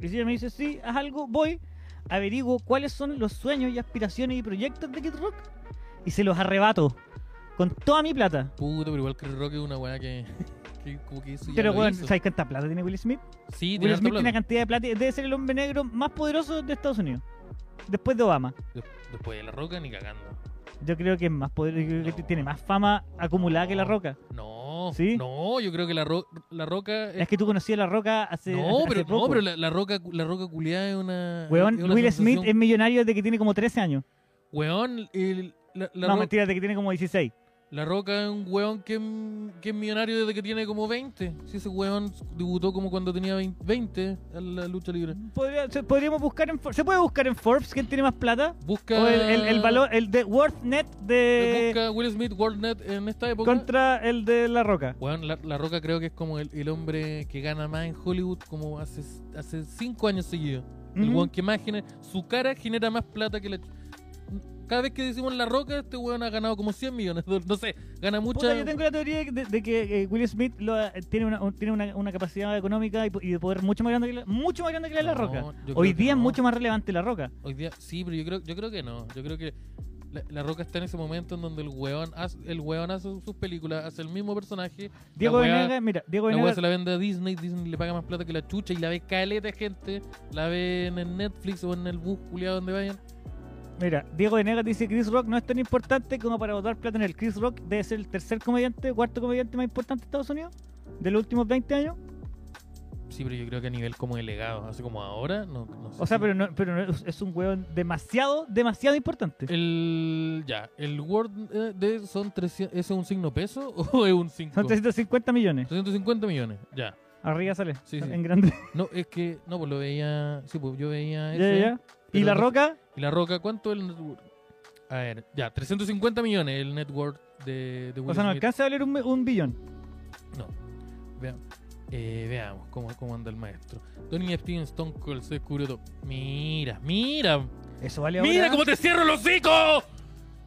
Y si ella me dice, sí, haz algo, voy, averiguo cuáles son los sueños y aspiraciones y proyectos de Kid Rock y se los arrebato con toda mi plata.
Puta, pero igual Chris Rock es una weá que, <laughs> que como que eso ya
Pero
lo
bueno,
hizo.
¿sabes cuánta plata tiene Will Smith?
sí, tiene
Will
harta
Smith tiene
plata.
una cantidad de plata, debe ser el hombre negro más poderoso de Estados Unidos, después de Obama.
Des- Después de La Roca ni cagando.
Yo creo que es más poderoso, yo creo que
No.
tiene más fama acumulada que La Roca.
No,
¿Sí?
no, yo creo que La, Ro- la Roca... es-
Es que tú conocías a La Roca hace.
no,
hace
pero, no,
poco.
pero la, la Roca la roca culiada es una...
Weón,
es una
Will
sensación-
Smith es millonario desde que tiene como 13 años.
Weón, el- la, la
no,
Ro-
mentira, desde que tiene como 16.
La Roca es un weón que, es- que es millonario desde que tiene como 20. Si ese weón debutó como cuando tenía 20, 20 a la lucha libre.
Podría- se- podríamos buscar en For- ¿Se puede buscar en Forbes quién tiene más plata?
Busca...
O el, el- el valor, el de Worth Net de.
Busca Will Smith World Net en esta época.
Contra el de La Roca.
Weón, la, La Roca creo que es como el, el hombre que gana más en Hollywood como hace, hace cinco años seguidos. El
Ujú.
weón que más genera... Su cara genera más plata que la... ch- Cada vez que decimos La Roca, este weón ha ganado como 100 millones. de dólares. No sé, gana mucha...
Puta, yo tengo la teoría de, de que eh, Will Smith lo- eh, tiene, una, un- tiene una, una capacidad económica y, po- y de poder mucho más grande que la, mucho más grande que la, de la
No,
Roca.
yo
Hoy
creo que
día
no.
es mucho más relevante La Roca.
Hoy día... Sí, pero yo creo, yo creo que no. Yo creo que la, La Roca está en ese momento en donde el weón hace, el weón hace sus películas, hace el mismo personaje.
Diego
la weá-
Venegas, mira, Diego
La weá
Venegas
se la vende a Disney, Disney le paga más plata que la chucha y la ve caleta de gente, la ve en el Netflix o en el bus culiado donde vayan.
Mira, Diego Venegas dice Chris Rock no es tan importante como para votar plata en el Chris Rock. Debe ser el tercer comediante, cuarto comediante más importante de Estados Unidos de los últimos 20 años.
Sí, pero yo creo que a nivel como de legado, así como ahora, no, no sé
O sea,
si-
pero no, pero no es, es un hueón demasiado, demasiado importante.
El. Ya, el World eh, de son 300. ¿Eso es un signo peso <laughs> o es un 5?
Son 350 millones.
350 millones, ya.
Arriba sale.
Sí, sí.
En grande.
No, es que. No, pues lo veía. Sí, pues yo veía
<laughs> Ya,
ese.
ya, ya. Y
Pero
La
no-
Roca,
Y la roca, ¿cuánto es el net worth? A ver, ya, 350 millones el net worth de, de Will
o sea, no
Smith.
alcanza a valer un, un billón.
No. Vea- eh, veamos cómo, cómo anda el maestro. Tony Epstein Stone Cold se descubrió todo. Mira, mira.
Eso vale
¡Mira
ahora.
cómo te cierro el hocico!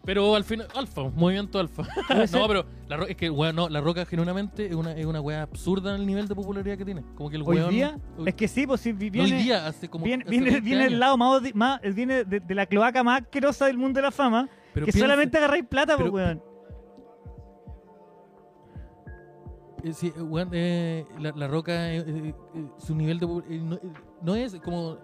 Pero al final, alfa, un movimiento alfa.
<laughs> Puede ser.
no, pero la Ro- es que, weón, no, la roca genuinamente es una, es una weá absurda en el nivel de popularidad que tiene. Como que el
Hoy
weón.
día,
hoy-
es que sí, pues si vi-
no,
viene,
hoy día, hace como.
viene,
hace
viene,
20
viene
años.
el lado más, odi- más viene de, de la cloaca más asquerosa del mundo de la fama,
Pero
que
piensa-
solamente agarráis plata, pues,
pero-
hueón.
eh, sí, eh, weón, eh, la, la roca, eh, eh, eh, su nivel de. popu- eh, no, eh, no es como.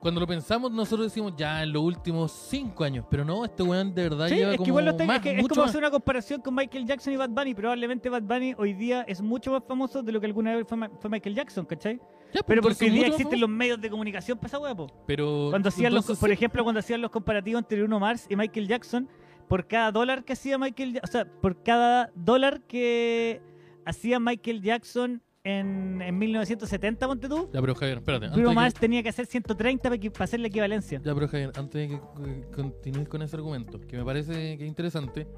Cuando lo pensamos, nosotros decimos ya en los últimos cinco años. Pero no, este weón de verdad
Sí,
lleva
es que
como.
igual lo está,
más,
es, que es
mucho
como
más.
hacer una comparación con Michael Jackson y Bad Bunny. Probablemente Bad Bunny hoy día es mucho más famoso de lo que alguna vez fue, Ma- fue Michael Jackson, ¿cachai?
Ya, pues,
Pero
entonces,
porque hoy día
mucho más
existen
famoso.
los medios de comunicación para esa hueá, po.
Pero.
Cuando hacían los,
entonces,
por ejemplo, cuando hacían los comparativos entre Bruno Mars y Michael Jackson, por cada dólar que hacía Michael, Ja- o sea, por cada dólar que hacía Michael Jackson en, en 1970, ponte tú,
Ya, pero Javier, espérate. Antes
Bruno
de que-
Mars tenía que hacer 130 para, que- para hacer la equivalencia.
Ya, pero Javier, antes de que eh, continúes con ese argumento, que me parece que es interesante,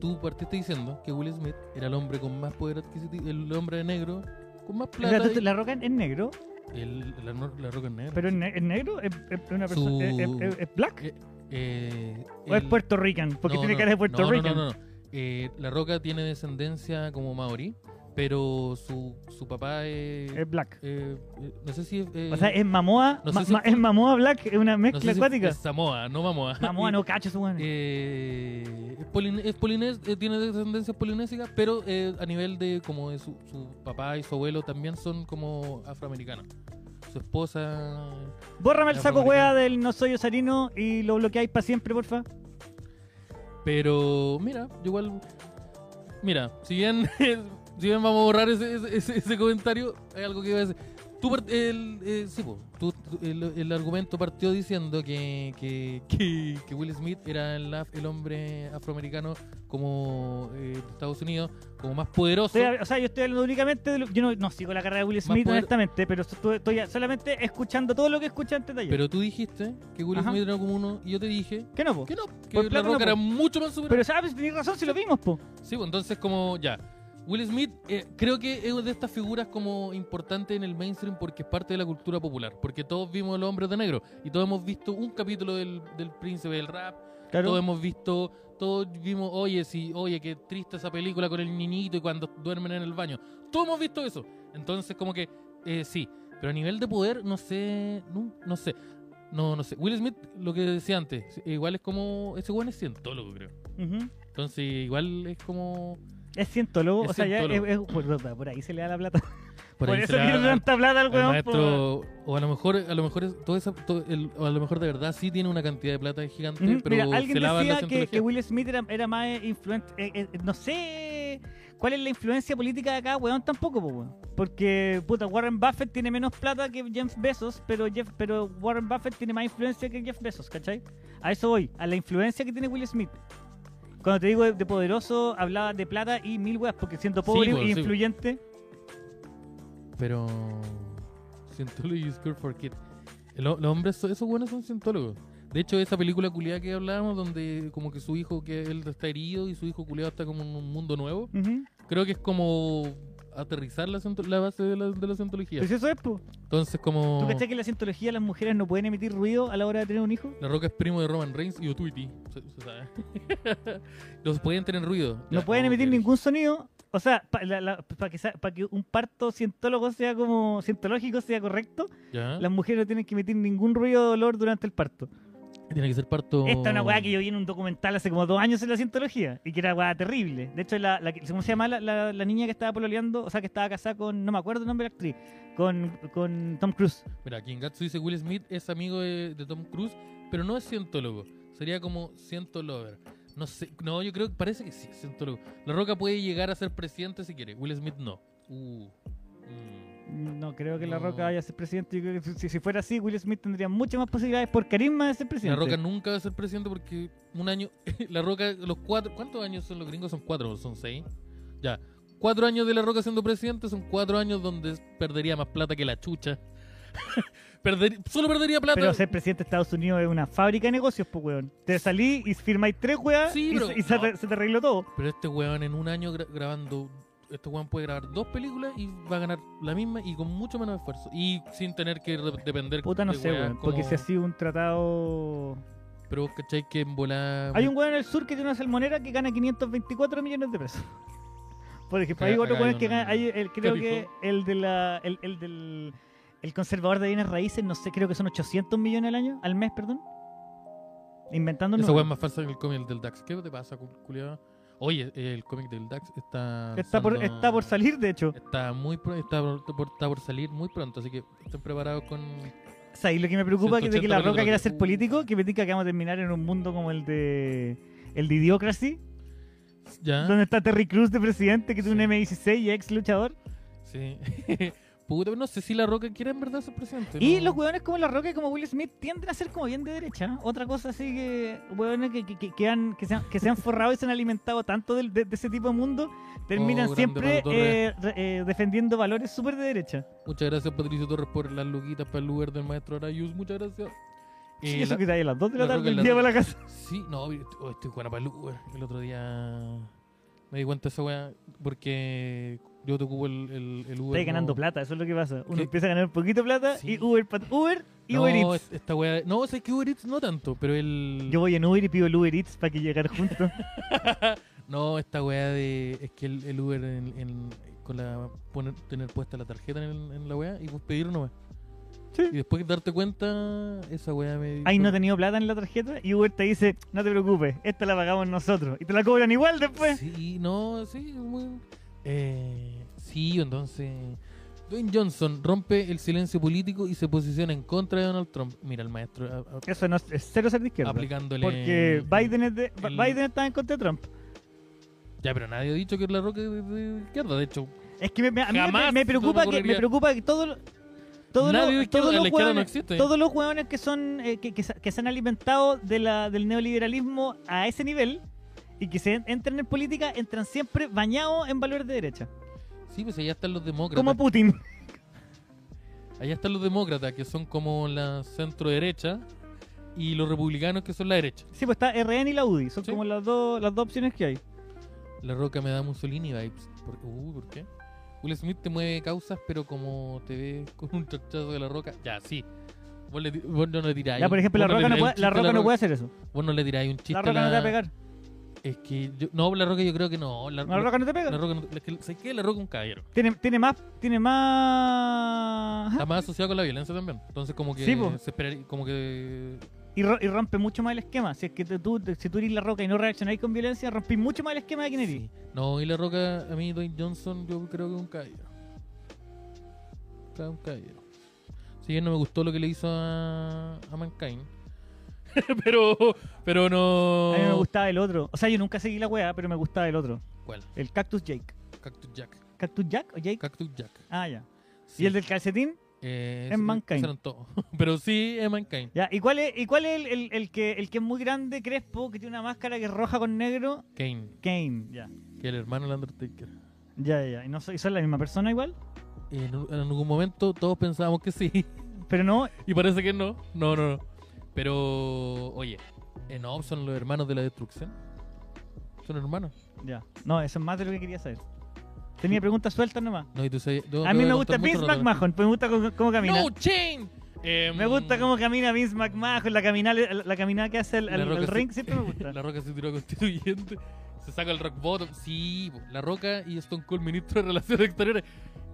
tú partiste diciendo que Will Smith era el hombre con más poder adquisitivo, el hombre negro con más
Pero
plata.
tú- La roca es negro,
y- el- la, no- la roca es negra.
pero es, ne- es negro, es, es- es una
Su-
persona, es, es- es- es black
Eh,
o es
el-
Puerto Rican, porque
no,
tiene
no,
cara de Puerto
no, no,
Rican.
No, no, no. Eh, la roca tiene descendencia como maorí, pero su, su papá es.
Es black.
eh, eh, no sé si es. eh,
O sea, es Mamoa,
no sé
ma-
si-
ma- es Mamoa black, es una
no
mezcla
sé si
acuática.
es Samoa, no Mamoa.
Mamoa
<laughs> Y-
no cacho su weón.
Eh, es polin- es polines- eh, tiene descendencia polinésica, pero eh, a nivel de como de su, su papá y su abuelo también son como afroamericanos. Su esposa.
Bórrame el
la
saco
roca.
wea del no soy osarino y lo bloqueáis para siempre, porfa.
Pero mira, yo igual. Mira, si bien, <laughs> si bien vamos a borrar ese, ese- ese- ese comentario, hay algo que iba a decir. Tú part- el, eh, sí, po, tú- tú- el, el argumento partió diciendo que, que, que- que Will Smith era el, af- el hombre afroamericano como eh, de Estados Unidos, como más poderoso.
Estoy hab- o sea, yo estoy hablando únicamente de lo- Yo no, no sigo la carrera de Will Smith,
poder-
honestamente, pero estoy, estoy solamente escuchando todo lo que escuché antes de ayer.
Pero tú dijiste que Will
Ajá.
Smith era como uno y yo te dije
¿Qué no, po?
que no, que
Por
La
plata no,
Roca era
po.
mucho más superior.
Pero sabes, tenés razón si lo vimos, po.
Sí, pues entonces como ya. Will Smith eh, creo que es de estas figuras como importante en el mainstream porque es parte de la cultura popular. Porque todos vimos Los Hombres de Negro y todos hemos visto un capítulo del, del Príncipe del Rap. Todos hemos visto, todos vimos, oye, sí, oye, qué triste esa película con el niñito y cuando duermen en el baño. Todos hemos visto eso. Entonces como que eh, sí, pero a nivel de poder no sé, no, no sé. No, no sé. Will Smith, lo que decía antes, igual es como, ese weón es cientólogo, creo.
Ujú.
Entonces igual es como...
Es cientólogo,
Es
o sea, ya es,
cientólogo.
es- por, por- por ahí se le da la plata. Por,
ahí se
eso
le da
tiene
al-
tanta plata al
al
weón. po.
maestro, o a lo mejor, a lo mejor es- todo esa- todo el- o a lo mejor de verdad sí tiene una cantidad de plata gigante,
Ujú.
eh, pero
Mira, alguien
se lava en la
decía que, que
cientología.
Will Smith era, era más eh, influente. eh, eh, no sé cuál es la influencia política de acá, weón, tampoco, po, weón. Porque, puta, Warren Buffett tiene menos plata que Jeff Bezos, pero, Jeff, pero Warren Buffett tiene más influencia que Jeff Bezos, ¿cachai? A eso voy, a la influencia que tiene Will Smith. Cuando te digo de, de poderoso, hablaba de plata y mil weas, porque siendo
Sí,
pobre
po,
e
sí, po.
influyente.
Pero Scientology is good for kids. Los hombres, son- esos buenos son cientólogos. De hecho, esa película culiada que hablábamos, donde como que su hijo, que él está herido y su hijo culiado está como en un mundo nuevo,
Ujú.
creo que es como aterrizar la, ciento- la base de la, de la cientología.
Pues eso es, po.
Entonces, como
¿Tú cachai que en la cientología las mujeres no pueden emitir ruido a la hora de tener un hijo?
La Roca es primo de Roman Reigns y Otuiti. Se, se sabe. <laughs> Los pueden tener ruido.
No
Ya, oh,
pueden
ok.
emitir ningún sonido. O sea, para que, sa- pa que un parto cientólogo sea como cientológico sea correcto,
Ya.
las mujeres no tienen que emitir ningún ruido de dolor durante el parto.
Tiene que ser parto.
Esta es una weá que yo vi en un documental hace como dos años en la cientología y que era weá terrible. De hecho, la, la que- ¿cómo se llama la, la- la niña que estaba pololeando? O sea, que estaba casada con, no me acuerdo el nombre de la actriz, con, con Tom Cruise.
Mira, aquí en Gatsu dice Will Smith es amigo de, de Tom Cruise, pero no es cientólogo. Sería como cientolover. No sé. No, yo creo que parece que sí es cientólogo. La Roca puede llegar a ser presidente si quiere. Will Smith no. Uh. Mm.
No creo que La
No.
Roca vaya a ser presidente. Yo creo que si, si fuera así, Will Smith tendría muchas más posibilidades por carisma de ser
La
presidente.
Roca nunca va a ser presidente porque un año. <laughs> La Roca, los cuatro. ¿Cuántos años son los gringos? Son cuatro, o son seis. Ya. Cuatro años de La Roca siendo presidente son cuatro años donde perdería más plata que la chucha. <laughs> Perder- solo perdería plata.
Pero ser presidente de Estados Unidos es una fábrica de negocios, pues, weón. Te salí y firmáis tres weas
Sí,
y,
pero-
se, y se
no.
arre- se te arregló todo.
Pero este weón en un año gra- grabando. Este weón puede grabar dos películas y va a ganar la misma y con mucho menos esfuerzo. Y sin tener que re- depender
Puta, no
de
sé,
weas
weón.
como-
Porque si ha sido un tratado.
Pero vos cachai que en volada.
Hay un weón en el sur que tiene una salmonera que gana 524 millones de pesos. <laughs> Por ejemplo,
Acá-
hay otro
acá hay
weón que
una-
gana. hay el- creo que
Capijo.
el, de la, el, el del. El conservador de bienes raíces, no sé, creo que son 800 millones al año, al mes, perdón. Inventando un
Esa
número.
weá es más falsa que el cómic del Dax. ¿Qué te pasa, cu- culiao? Oye, eh, el cómic del Dax está.
Está por,
lanzando-
está por salir, de hecho.
Está, muy pro- está, por, por- está por salir muy pronto, así que estén preparados con.
O sea, y lo que me preocupa es de que
180
la roca
capítulos.
quiera ser político, que me diga que vamos a terminar en un mundo como el de el de Idiocracy,
Ya.
donde está Terry Cruz de presidente, que
¿Ah? Sí.
tiene un M16 y ex luchador.
Sí. <laughs> Puta, pero no sé si La Roca quiere en verdad ser presidente.
Y
no.
los hueones como La Roca y como Will Smith tienden a ser como bien de derecha. Otra cosa así que hueones que, que, que- que han, que, se han, que se han forrado y se han alimentado tanto del- de, de ese tipo de mundo, terminan
Oh, grande
siempre
Pablo Torres.
eh, re- eh, defendiendo valores súper de derecha.
Muchas gracias, Patricio Torres, por las luquitas para el lugar del maestro Arayus. Muchas gracias.
Y
Eh,
eso
la-
que trae a las 2 de la,
La Roca
tarde
en
el
la
día
Roca.
para la casa.
Sí, no, vi- oh, estoy buena para el Uber. El otro día me di cuenta de esa weá porque yo te ocupo el, el, el Uber.
Estáis ganando
no.
plata, eso es lo que pasa. Uno
¿Qué?
empieza a ganar poquito plata
Sí.
y Uber, pa- Uber y Uber
no,
Eats.
es- esta weá. No, sé que Uber Eats no tanto, pero el.
Yo voy en Uber y pido el Uber Eats para que llegar
<laughs>
juntos.
No, esta weá de. Es que el, el Uber en, en- con la poner, tener puesta la tarjeta en, el- en la weá y pues pedir nomás.
Sí.
Y después de darte cuenta, esa weá me.
Ahí no he tenido plata en la tarjeta y Uber te dice, no te preocupes, esta la pagamos nosotros. Y te la cobran igual después.
Sí, no, sí, es muy- eh, sí, entonces. Dwayne Johnson rompe el silencio político y se posiciona en contra de Donald Trump. Mira, el maestro a- a-
Eso no es es cero ser de izquierda.
aplicándole.
Porque Biden, es de-
el-
Biden está en contra de Trump.
Ya, pero nadie ha dicho que la roca es de- de izquierda. De hecho,
Es que me- me- a mí me-
Jamás
me, preocupa
se me
que, me
ocurriría.
preocupa que todo lo- todos
Nadie de
los,
izquierda-
todos
la
los
izquierda no
hueones-
existe.
todos los hueones que son eh, que, que se- que se han alimentado de la, del neoliberalismo a ese nivel y que se entran en política entran siempre bañados en valores de derecha.
sí, pues allá están los demócratas.
Como Putin.
Allá están los demócratas, que son como la centro-derecha, y los republicanos, que son la derecha.
Sí, pues está RN y la UDI. Son
Sí.
como las dos, las dos opciones que hay.
La Roca me da Mussolini vibes. ¿Por, uh, ¿por qué? Will Smith te mueve causas, pero como te ves con un chachazo de la Roca, ya, sí. Vos, le ti- vos no le tiráis.
Ya, por
un-
ejemplo, la
vos
roca,
le
no
tiráis un
puede, la
chiste a
roca no puede hacer eso.
Vos no le tiráis un chiste.
La
a
roca no te va a pegar.
Es que yo- no, la Roca yo creo que no. La,
La roca no te pega.
la Roca no- es que- ¿sabes qué? La Roca es un caballero.
Tiene, tiene más. Tiene más.
Está más asociado con la violencia también. Entonces como que
Sí, po.
se esperaría- como que
Y, ro- y rompe mucho más el esquema. Si es que te- tú, si tú eres la roca y no reaccionáis con violencia, rompís mucho más el esquema de quién eres.
Sí. No, y La Roca, a mí Dwayne Johnson, yo creo que es un caballero. Ca- Un caballero. Si bien no me gustó lo que le hizo a, a Mankind. <laughs> pero, pero no.
A mí me gustaba el otro. O sea, yo nunca seguí la weá, pero me gustaba el otro.
¿Cuál?
El Cactus Jake.
Cactus Jack.
¿Cactus Jack o Jake?
Cactus Jack.
Ah, ya.
Sí.
¿Y el del calcetín?
Eh,
es
sí,
Mankind.
esos eran todos. <laughs> pero sí, es Mankind.
Ya. ¿Y cuál es, y cuál es el, el- el que, el que es muy grande, Crespo, que tiene una máscara que es roja con negro?
Kane,
Kane. Ya.
que el hermano del Undertaker.
Ya, ya, ya. ¿Y, no, so- y son la misma persona igual?
En, un- en algún momento todos pensábamos que sí. <laughs>
Pero no.
y parece que no. No, no, no. Pero, oye, eh, no, son los hermanos de la destrucción. Son hermanos.
Ya. No, eso es más de lo que quería saber. Tenía preguntas sueltas nomás.
No, y tú sabes- yo
A
te
mí
voy
me gusta
contar
Vince
mucho, Roberto.
McMahon, pues me gusta cómo, cómo camina.
No, Chain. Em,
Me gusta cómo camina Vince McMahon, la caminada, la caminada que hace el,
La
el-
Roca
el
se-
ring siempre me gusta.
<laughs> La Roca se tiró a constituyente. Se saca el rock bottom. Sí, po, La Roca y Stone Cold, ministro de Relaciones Exteriores.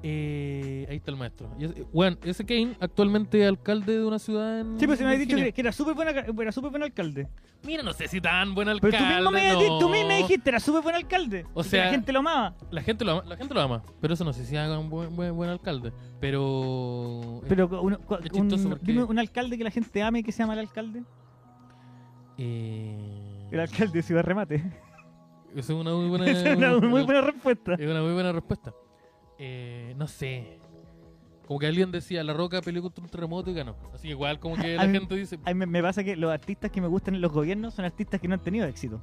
Eh, ahí está el maestro. Y ese- Weón, ese Kane actualmente es alcalde de una ciudad en.
Sí, pero se me
en
había dicho
Virginia.
que, que era súper buena, era súper buen alcalde.
Mira, no sé si tan buen alcalde.
Pero tú mismo me, habías
no.
dicho- tú mismo me dijiste, era súper buen alcalde.
O
y que
sea-
la gente lo amaba.
La gente, lo ama, la gente lo ama, pero eso no sé si haga un buen, buen, buen alcalde. Pero.
Pero uno- cu-
es
un,
chistoso porque-
dime un alcalde que la gente ame y que se llama el alcalde.
Eh,
El alcalde de Ciudad Remate. <laughs>
Esa es una muy buena.
Esa es una muy buena respuesta.
Es una muy buena respuesta. Eh, no sé. Como que alguien decía, La Roca peleó contra un terremoto y ganó. Así que igual
<laughs>
como que
A
la
mí-
gente dice,
A mí me, me pasa que los artistas que me gustan en los gobiernos son artistas que no han tenido éxito.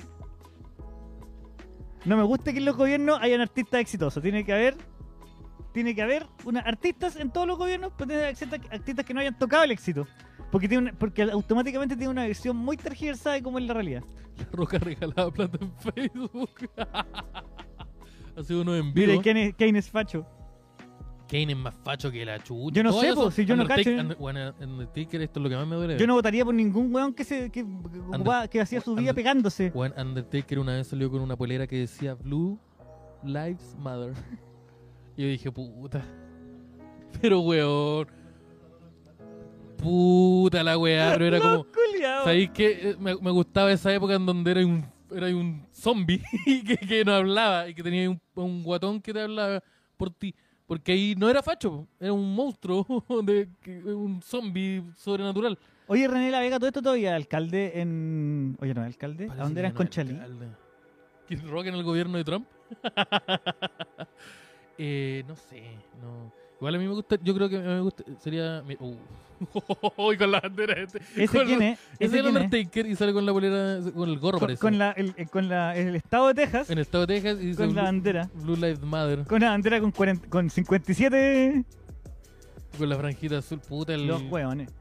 No me gusta que en los gobiernos hayan artistas exitosos. Tiene que haber. Tiene que haber una, artistas en todos los gobiernos, pero tiene que haber ciertas- artistas que no hayan tocado el éxito. Porque, tiene una- porque automáticamente tiene una visión muy tergiversada de cómo es la realidad.
La Roca regalaba plata en Facebook. <laughs> ha sido uno en
Mira,
vivo.
y Kane, es- Kane es facho.
Kane es más facho que la chucha.
Yo no
Todo
sé,
eso.
po, si yo no
Undertaker-
cacho.
Under- Bueno, Undertaker, esto es lo que más me duele.
Yo no votaría por ningún weón que, se, que, que ocupaba- que hacía su vida
Ander-
pegándose.
Juan Undertaker una vez salió con una polera que decía Blue Lives Matter. <laughs> Y yo dije, puta. Pero weón. Puta la weá, pero
<laughs>
era como.
Culeado.
¿Sabéis que me, me gustaba esa época en donde era un, era un zombie <laughs> que, que no hablaba y que tenía un, un guatón que te hablaba por ti? Porque ahí no era facho, era un monstruo, <laughs> de, que- un zombie sobrenatural.
Oye, René La Vega, todo esto todavía alcalde en. Oye, no, alcalde. ¿A
Parece
dónde
que
eran
no
Conchalí?
alcalde. ¿Que <laughs> roquen el gobierno de Trump? Eh, no sé, no. Igual a mí me gusta, yo creo que me gusta, sería... me- uh. <laughs> Y con la bandera este.
¿Ese
con
quién
la-
es? ¿Ese
Ese es el
quién es?
Undertaker y sale con la bolera, con el gorro
Con,
parece.
con la, el, el- con la, el estado de Texas,
En el estado de Texas y dice
con la
Blue,
bandera.
Blue Lives Matter
Con la bandera con, 40 con 57
con la franjita azul, puta, el
los hueones.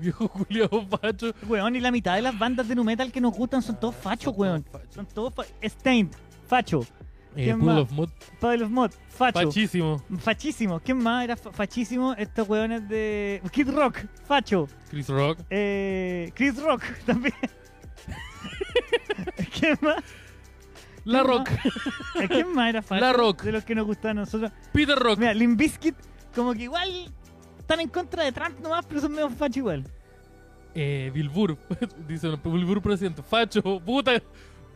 viejo culiao facho.
Hueón, y la mitad de las bandas de nu metal que nos gustan son todos fachos, hueón. Son todos fa Stained, facho.
Eh,
¿Quién
Pool
más?
of Mod,
Pablo Mod, facho.
fachísimo.
Fachísimo. ¿Quién más era fa- fachísimo? Estos hueones de Kid Rock, facho.
Chris Rock.
Eh, Chris Rock <laughs> también. ¿Quién más?
La
¿Quién
Rock,
más? ¿Quién más era facho?
La Rock.
De los que nos gustaban a nosotros.
Peter
<laughs>
Rock.
Mira, Limp Bizkit, como que igual están en contra de Trump nomás, pero son medio facho igual.
Eh, Bilbur, <laughs> dice uno, Bilbur presidente. Facho, <laughs> puta,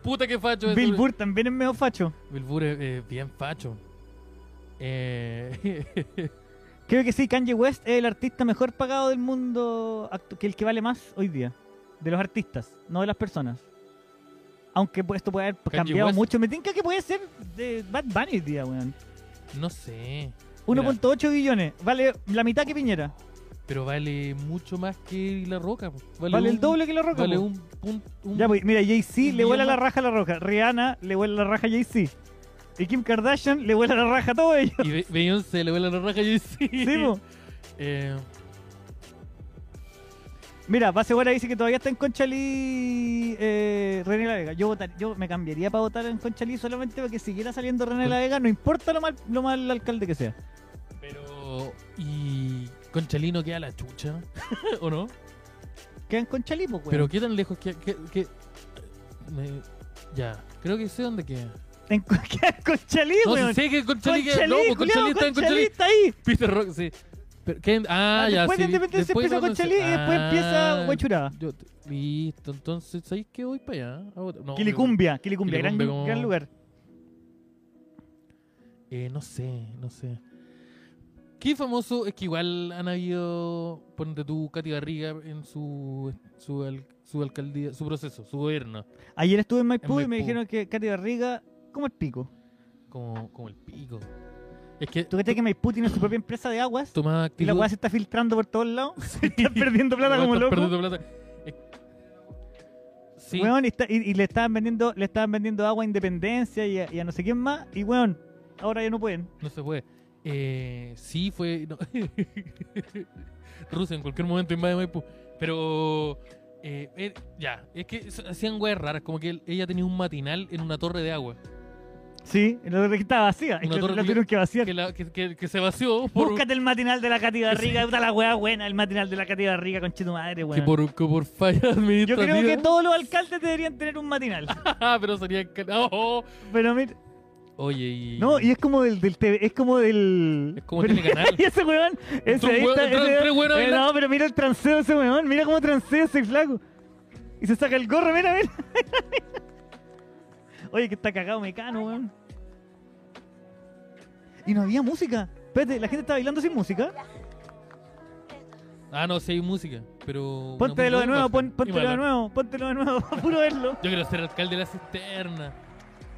puta que facho es.
Bill Burr también es medio facho.
Bilbur es eh, bien facho. Eh, <laughs>
Creo que sí, Kanye West es el artista mejor pagado del mundo, actu- que el que vale más hoy día. De los artistas, no de las personas. Aunque pues, esto puede haber cambiado
West.
mucho. Me tinca que puede ser de Bad Bunny hoy día, weón.
no sé,
1.8 billones. Vale la mitad que Piñera.
pero vale mucho más que La Roca. po. Vale,
Vale
un-
el doble que la roca.
Vale
po.
un, punto. un-
Ya, pues, mira, Jay-Z
un
le vuela la
millón
raja a la roja. Rihanna le vuela la raja a Jay-Z. Y Kim Kardashian le vuela la raja a todo ello.
<laughs> Y Be- Beyoncé le vuela la raja y
Sí,
sí.
pues. po.
<laughs> Eh,
Mira, Base Guara dice que todavía está en Conchalí eh, René La Vega. Yo, votar- yo me cambiaría para votar en Conchalí solamente para que siguiera saliendo René La Vega, no importa lo mal, lo mal alcalde que sea.
Pero. ¿Y Conchalino queda la chucha? <laughs> ¿O no?
Queda en Conchalí, pues,
Pero
weón.
¿qué tan lejos queda? qué- qué- me- Ya, creo que sé dónde queda.
En, Con- <laughs> queda en Conchalí,
No,
weón.
si sé que Conchalí queda.
Conchalí,
No, pues
culiao,
Conchalí está en
Conchalí
Conchalí.
está ahí.
Peter Rock, sí. Pero, ¿qué? Ah,
Ah,
ya,
después
sí.
de Independencia
después
empieza
de
Conchalí y después
Ah,
empieza Huechuraba.
yo te- Listo, entonces, ¿sabéis que voy para allá? a votar? No,
Quilicumbia, Quilicumbia, gran,
Quilicumbia como-
gran lugar.
Eh, no sé, no sé. Qué famoso es que igual han habido, ponte tú, Katy Barriga en su, su, al- su alcaldía, su proceso, su gobierno.
Ayer estuve en Maipú, y
Maipú.
me dijeron que Katy Barriga, como el pico.
Como, como el pico. Es que
¿Tú crees que Maipú tiene su propia empresa de aguas?
tomaba
Y
actitud.
la agua se está filtrando por todos lados.
<laughs> Sí.
Estás
<laughs>
perdiendo plata
Igual
como
estás
loco.
perdiendo plata. Es- Eh, Sí,
Weón, y, está- y- y le estaban vendiendo, le estaban vendiendo agua a Independencia y a, y a no sé quién más. Y weón, ahora ya no pueden.
no se puede. Eh, sí, fue. no. <laughs> Rusia en cualquier momento invade Maipú. Pero. eh, eh, ya, es que so- hacían weas raras. Como que él- ella tenía un matinal en una torre de agua.
Sí, la torre que estaba vacía. Y
Una
la,
torre
la
que-
tuvieron que vaciar.
que, la- que- que- que se vació por,
Búscate el matinal de la Cati Barriga, puta la weá buena, el matinal de la Cati Barriga, con tu madre,
que
weón.
por, que por falla
Yo
administrativa.
creo que todos los alcaldes deberían tener un
<laughs>
matinal.
Ah, pero sería... que- oh.
Pero mira,
Oye, y...
no, y es como del, del TV, es como del.
Es como
pero-
Telecanal.
<laughs> y ese weón, ese
Un
ahí
weón-
está.
entran
ese-
tres weones a
eh,
bailar.
no, pero mira el transeo de ese weón, mira cómo transeo ese flaco. Y se saca el gorro, mira, mira. <laughs> Oye, que está cagado mecano, weón. Y no había música. Espérate, la gente está bailando sin música.
Ah, no, sí hay música, pero...
Póntelo de nuevo, pon- póntelo
póntelo
de nuevo, póntelo de nuevo, <laughs> puro verlo.
Yo quiero ser alcalde de la cisterna.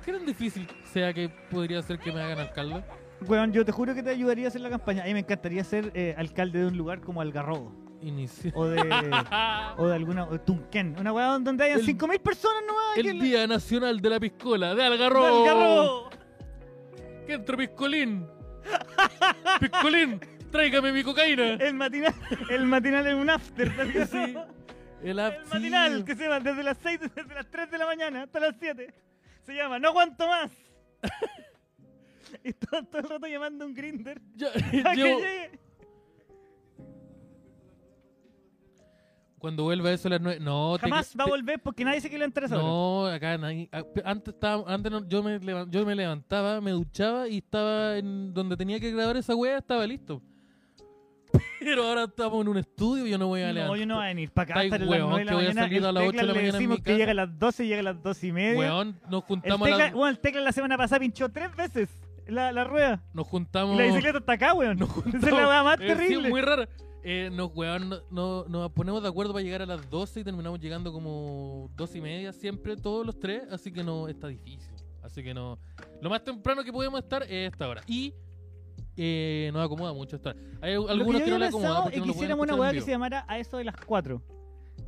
¿Qué tan difícil sea que podría ser que me hagan alcalde?
Weón, yo te juro que te ayudaría a hacer la campaña. A mí me encantaría ser eh, alcalde de un lugar como Algarrobo.
Inicio.
O de, o de alguna. o Tunquén. Una weá donde hayan
El-
5.000 personas nomás.
El Día Nacional de la Piscola, de Algarro.
de Algarrobo.
Que entre Piscolín. Piscolín, tráigame mi cocaína.
El matinal, el matinal es un after. ¿no?
<laughs> Sí. El,
El matinal que se llama desde las 6, desde las 3 de la mañana hasta las 7. Se llama No aguanto más. <laughs> y todo, todo el rato llamando a un grinder. <laughs>
Ya-
para que
llevo-
llegue.
Cuando vuelva eso a las nueve. No, te-
Jamás va a
te-
volver porque nadie se quiere <laughs> entrar ahora.
No, acá nadie- a- pe- Antes, estaba, antes no- yo, me levan- yo me levantaba, me duchaba y estaba en donde tenía que grabar esa wea, estaba listo. <laughs> Pero ahora estamos en un estudio y yo no voy a
No,
levantar.
yo no voy a venir para acá
Estáis
hasta las
hueón,
9 de la
que voy a
mañana.
salir a
El
las ocho de la
Tecla le
mañana en
decimos
mi
que llega
casa.
a las 12 y llega a las 12 y media.
Weón, nos
el,
juntamos, a la-
tecla, weón, el Tecla la semana pasada pinchó tres veces la, la rueda.
nos
Y
juntamos.
la bicicleta está acá, weón. <laughs>
nos
Esa
juntamos
es la weá más
Eh, sí, es
terrible.
muy rara. Eh, nos, weón, no- no- nos ponemos de acuerdo para llegar a las 12 y terminamos llegando como 12 y media siempre, todos los tres. Así que no, está difícil. Así que no. Lo más temprano que podemos estar es esta hora. Y eh, nos acomoda mucho estar. Hay al-
Lo que
algunos
yo
que no
había
le acomoda
pensado
porque
es que
ah, no lo pueden
hiciéramos una
escuchar
weá
en Ah.
que se llamara a eso de las 4.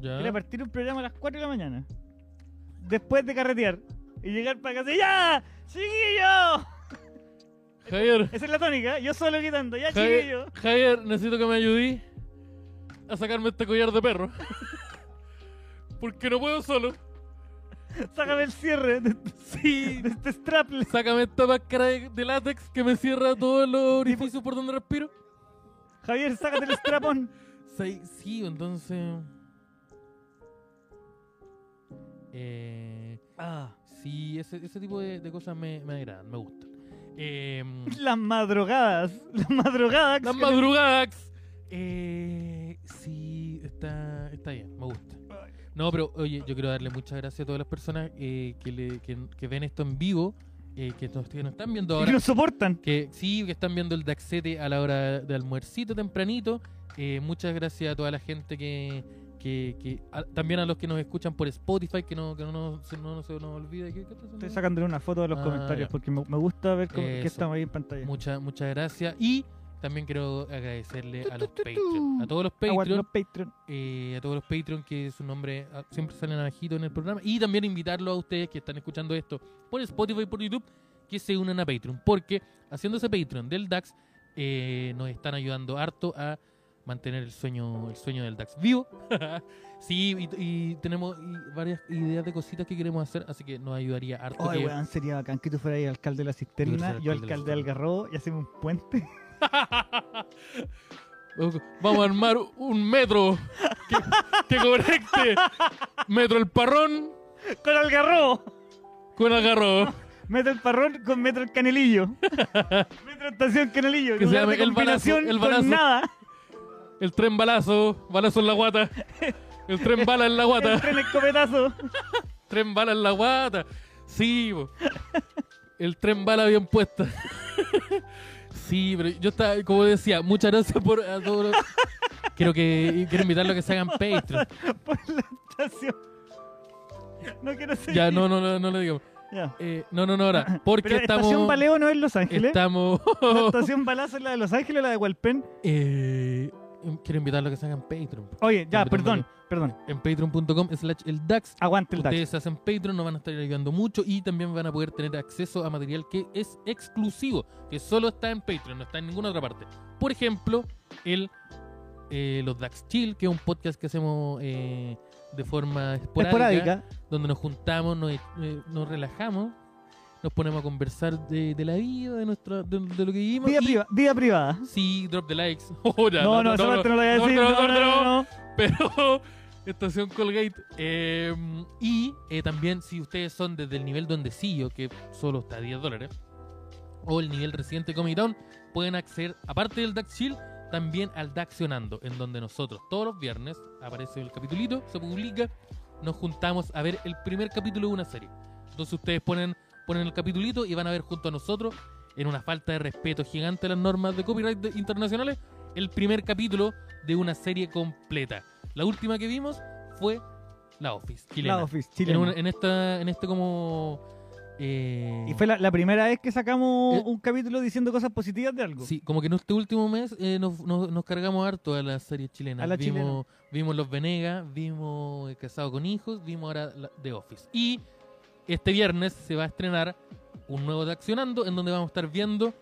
vivo.
Era partir un programa a las 4 de la mañana. Después de carretear. Y llegar para casa y ¡Ya! ¡Chiquillo!
Ya. Javier,
Esa es la tónica. Yo solo gritando. ¡Ya, chiquillo!
Javier, Javier, necesito que me ayudí a sacarme este collar de perro. <laughs> porque no puedo solo.
Sácame el cierre de,
Sí.
de este strapless.
Sácame esta máscara de, de látex que me cierra todos <laughs> los orificios por donde respiro.
Javier, sácate el strapón.
Sí, sí, entonces. Eh,
Ah,
sí, ese, ese tipo de, de cosas me, me agradan, me gustan. <laughs> Em,
las madrugadas. Las madrugadas.
las madrugadas. Eh, sí, está, está bien, me gusta. No, pero oye, yo quiero darle muchas gracias a todas las personas eh, que, le- que, que ven esto en vivo, eh, que nos, que nos están viendo
Y
ahora.
que nos soportan.
Que sí, que están viendo el Daxete a la hora de almuercito tempranito. Eh, muchas gracias a toda la gente que. que, que- a- también a los que nos escuchan por Spotify, que no, que no, nos- se- no, se nos olvide. ¿Qué- qué está
Estoy
sonando?
sacándole una foto de los
Ah,
comentarios
ya.
porque me, me gusta ver cómo, que
Eso.
estamos ahí en pantalla. Ah,
Muchas, muchas gracias. Y también quiero agradecerle
Tu,
a
tu,
los
tu, tu.
Patreon. A todos los
Aguante
Patreon.
los Patreon.
eh, a todos los Patreon que su nombre ah, siempre salen abajito en el programa. Y también invitarlos a ustedes que están escuchando esto por Spotify y por YouTube que se unan a Patreon. Porque haciéndose Patreon del DAX eh, nos están ayudando harto a mantener el sueño, el sueño del DAX vivo. <laughs> sí, y, y tenemos y varias ideas de cositas que queremos hacer, así que nos ayudaría harto.
Oye,
que-
weón, sería bacán que tú fueras ahí alcalde de la cisterna,
Yo
yo
quiero ser
alcalde de
alcalde de la
Algarrobo y hacemos un
<laughs>
puente.
Vamos a armar un metro <laughs> que, que conecte Metro El Parrón
¡Con Algarrobo!
con Agarro.
Metro el parrón con metro el
<laughs>
canelillo. metro estación canelillo.
Que se
lugar de
llame el balazo,
combinación
el
con
balazo. <laughs>
nada.
El tren balazo, balazo en la guata. El tren bala en la
El <laughs>
guata.
tren escopetazo.
Tren bala en la guata. Sí, po. El tren bala bien puesta. <laughs> Sí, pero yo estaba, como decía, muchas gracias por a todos los- Quiero que quiero invitarlos a que se hagan Patreon.
por la estación. No quiero seguir.
Ya, no, no, no, no lo digamos.
Ya.
Eh, no, no, no, ahora. Porque
Pero estación
estamos.
Baleo no es Los Ángeles.
Estamos. <laughs>
La estación Balazo es la de Los Ángeles o la de Hualpén.
Eh, quiero invitarlos a que se hagan Patreon.
Oye, ya,
Estación
perdón, perdón.
En patreon.com slash el DAX.
Aguante el DAX.
Ustedes se hacen Patreon, nos van a estar ayudando mucho y también van a poder tener acceso a material que es exclusivo, que solo está en Patreon, no está en ninguna otra parte. Por ejemplo, el eh, los Dax Chill, que es un podcast que hacemos eh, de forma esporádica,
Esporádica.
donde nos juntamos, nos, eh, nos relajamos, nos ponemos a conversar de, de la vida, de, nuestra, de, de lo que vivimos.
Vida,
y-
priva- vida privada.
Sí, drop the likes. <laughs> Oh, ya,
No, no, esa parte no la voy a
no,
decir.
no,
No,
no,
no,
no.
no, no.
<laughs> Pero estación Colgate. eh, y eh, también si ustedes son desde el nivel dondecillo, que solo está a 10 dólares, o el nivel reciente Comic Down, pueden acceder, aparte del DAX Shield, también al Daxionando, en donde nosotros todos los viernes aparece el capitulito, se publica, nos juntamos a ver el primer capítulo de una serie. Entonces ustedes ponen, ponen el capitulito y van a ver junto a nosotros, en una falta de respeto gigante a las normas de copyright de- internacionales, el primer capítulo de una serie completa. La última que vimos fue La Office, chilena.
La Office,
En,
chilena.
una- en esta, en este como... eh,
Y fue la, la primera vez que sacamos
Eh,
un capítulo diciendo cosas positivas de algo.
Sí, como que en este último mes eh, nos, nos- nos cargamos harto a las series chilenas.
A la
vimos, vimos Los Venegas, vimos eh, Casado con Hijos, vimos ahora la- The Office. Y este viernes se va a estrenar un nuevo de Accionando en donde vamos a estar viendo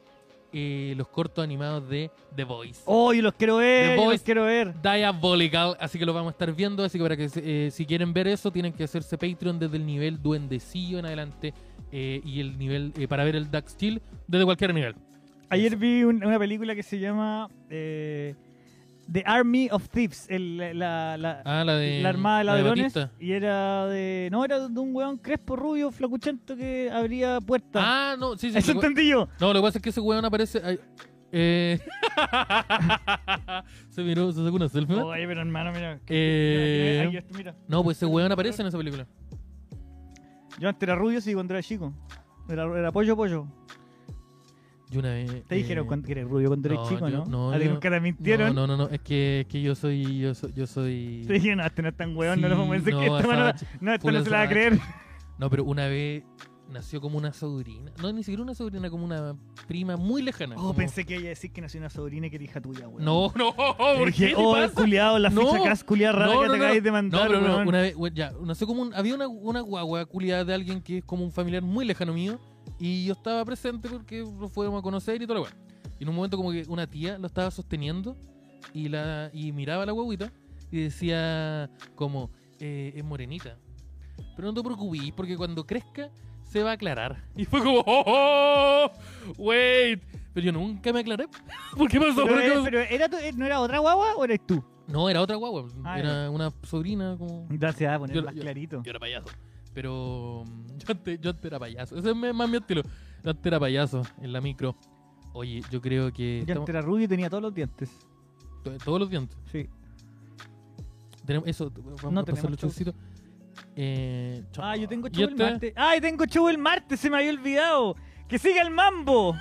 eh, los cortos animados de The Voice.
Oh, yo los quiero ver,
The
yo los
Voice.
quiero ver.
Diabolical, así que lo vamos a estar viendo. Así que para que se- eh, si quieren ver eso, tienen que hacerse Patreon desde el nivel Duendecillo en adelante eh, y el nivel eh, para ver el Dax Chill desde cualquier nivel.
Ayer vi un- una película que se llama eh, The Army of Thieves, el- la, la-
Ah, la de.
la Armada de
la
Ladrones.
Batista.
y era de. No, era de un weón crespo rubio, flacuchento que abría puertas.
Ah, no, sí, sí.
Eso
lo que-
entendí yo.
no, lo que pasa es que ese weón aparece. ay, eh, <laughs> se miró, se sacó una selfie.
Oye, pero hermano, mira.
Eh,
Oh, Ahí, esto, mira.
no, pues ese weón aparece en esa película.
Yo antes era rubio, sí, cuando era chico. Era, era pollo, pollo.
Yo una vez.
Te
eh,
dijeron cuando que eres rubio, cuando eres
no,
chico,
yo-
¿no?
no,
A ti
yo-
nunca te
No,
mintieron.
no, no, no, es que, es que yo soy. Yo soy. Yo soy
<laughs> Te dijeron, no, este no es tan weón, no
Sí,
lo vamos a decir
no,
que esta
esa
mano-
bacha- <laughs>
No, esto
full
no se la va a
esa
creer.
No, pero una vez nació como una sobrina. No, ni siquiera una sobrina, como una prima muy lejana.
Oh,
como-
pensé que iba a decir que nació una sobrina que era hija tuya, weón.
No, <laughs> no,
Yo
¿por
dije,
qué? ¿Te
oh,
pasa?
culiado, la
No,
ficha cas culiada rara
no,
que
no,
te
no.
acabáis de mandar,
No, pero no,
weón.
una vez, we- ya, nació como un, había una, una guagua culiada de alguien que es como un familiar muy lejano mío y yo estaba presente porque lo fuimos a conocer y todo lo weá. Y en un momento como que una tía lo estaba sosteniendo y la y miraba a la guaguita y decía como, eh, es morenita. Pero no te preocupes porque cuando crezca se va a aclarar. Y fue como, oh, oh, wait. Pero yo nunca me aclaré. <laughs> ¿Por qué pasó?
Pero,
¿Por qué
era-
pasó?
pero era tu- eh, ¿no era otra guagua o eres tú?
No, era otra guagua.
Ah,
era una sobrina como...
Gracias a poner
Yo-
más
yo-
clarito.
Yo era payaso. Pero mm, yo antes, yo antes era payaso. Ese es mi- más mi estilo. Yo antes era payaso en la micro. Oye, yo creo que
Yo
estamos-
antes era rubio y tenía todos los dientes.
to- todos los dientes.
Sí.
Tenemos eso. t- Vamos
No
a pasar
tenemos
los chaucitos. Eh, chau.
Ah, yo tengo
¿Y
show el
este?
martes. ¡Ay, tengo show el martes! Se me había olvidado. ¡Que siga el mambo!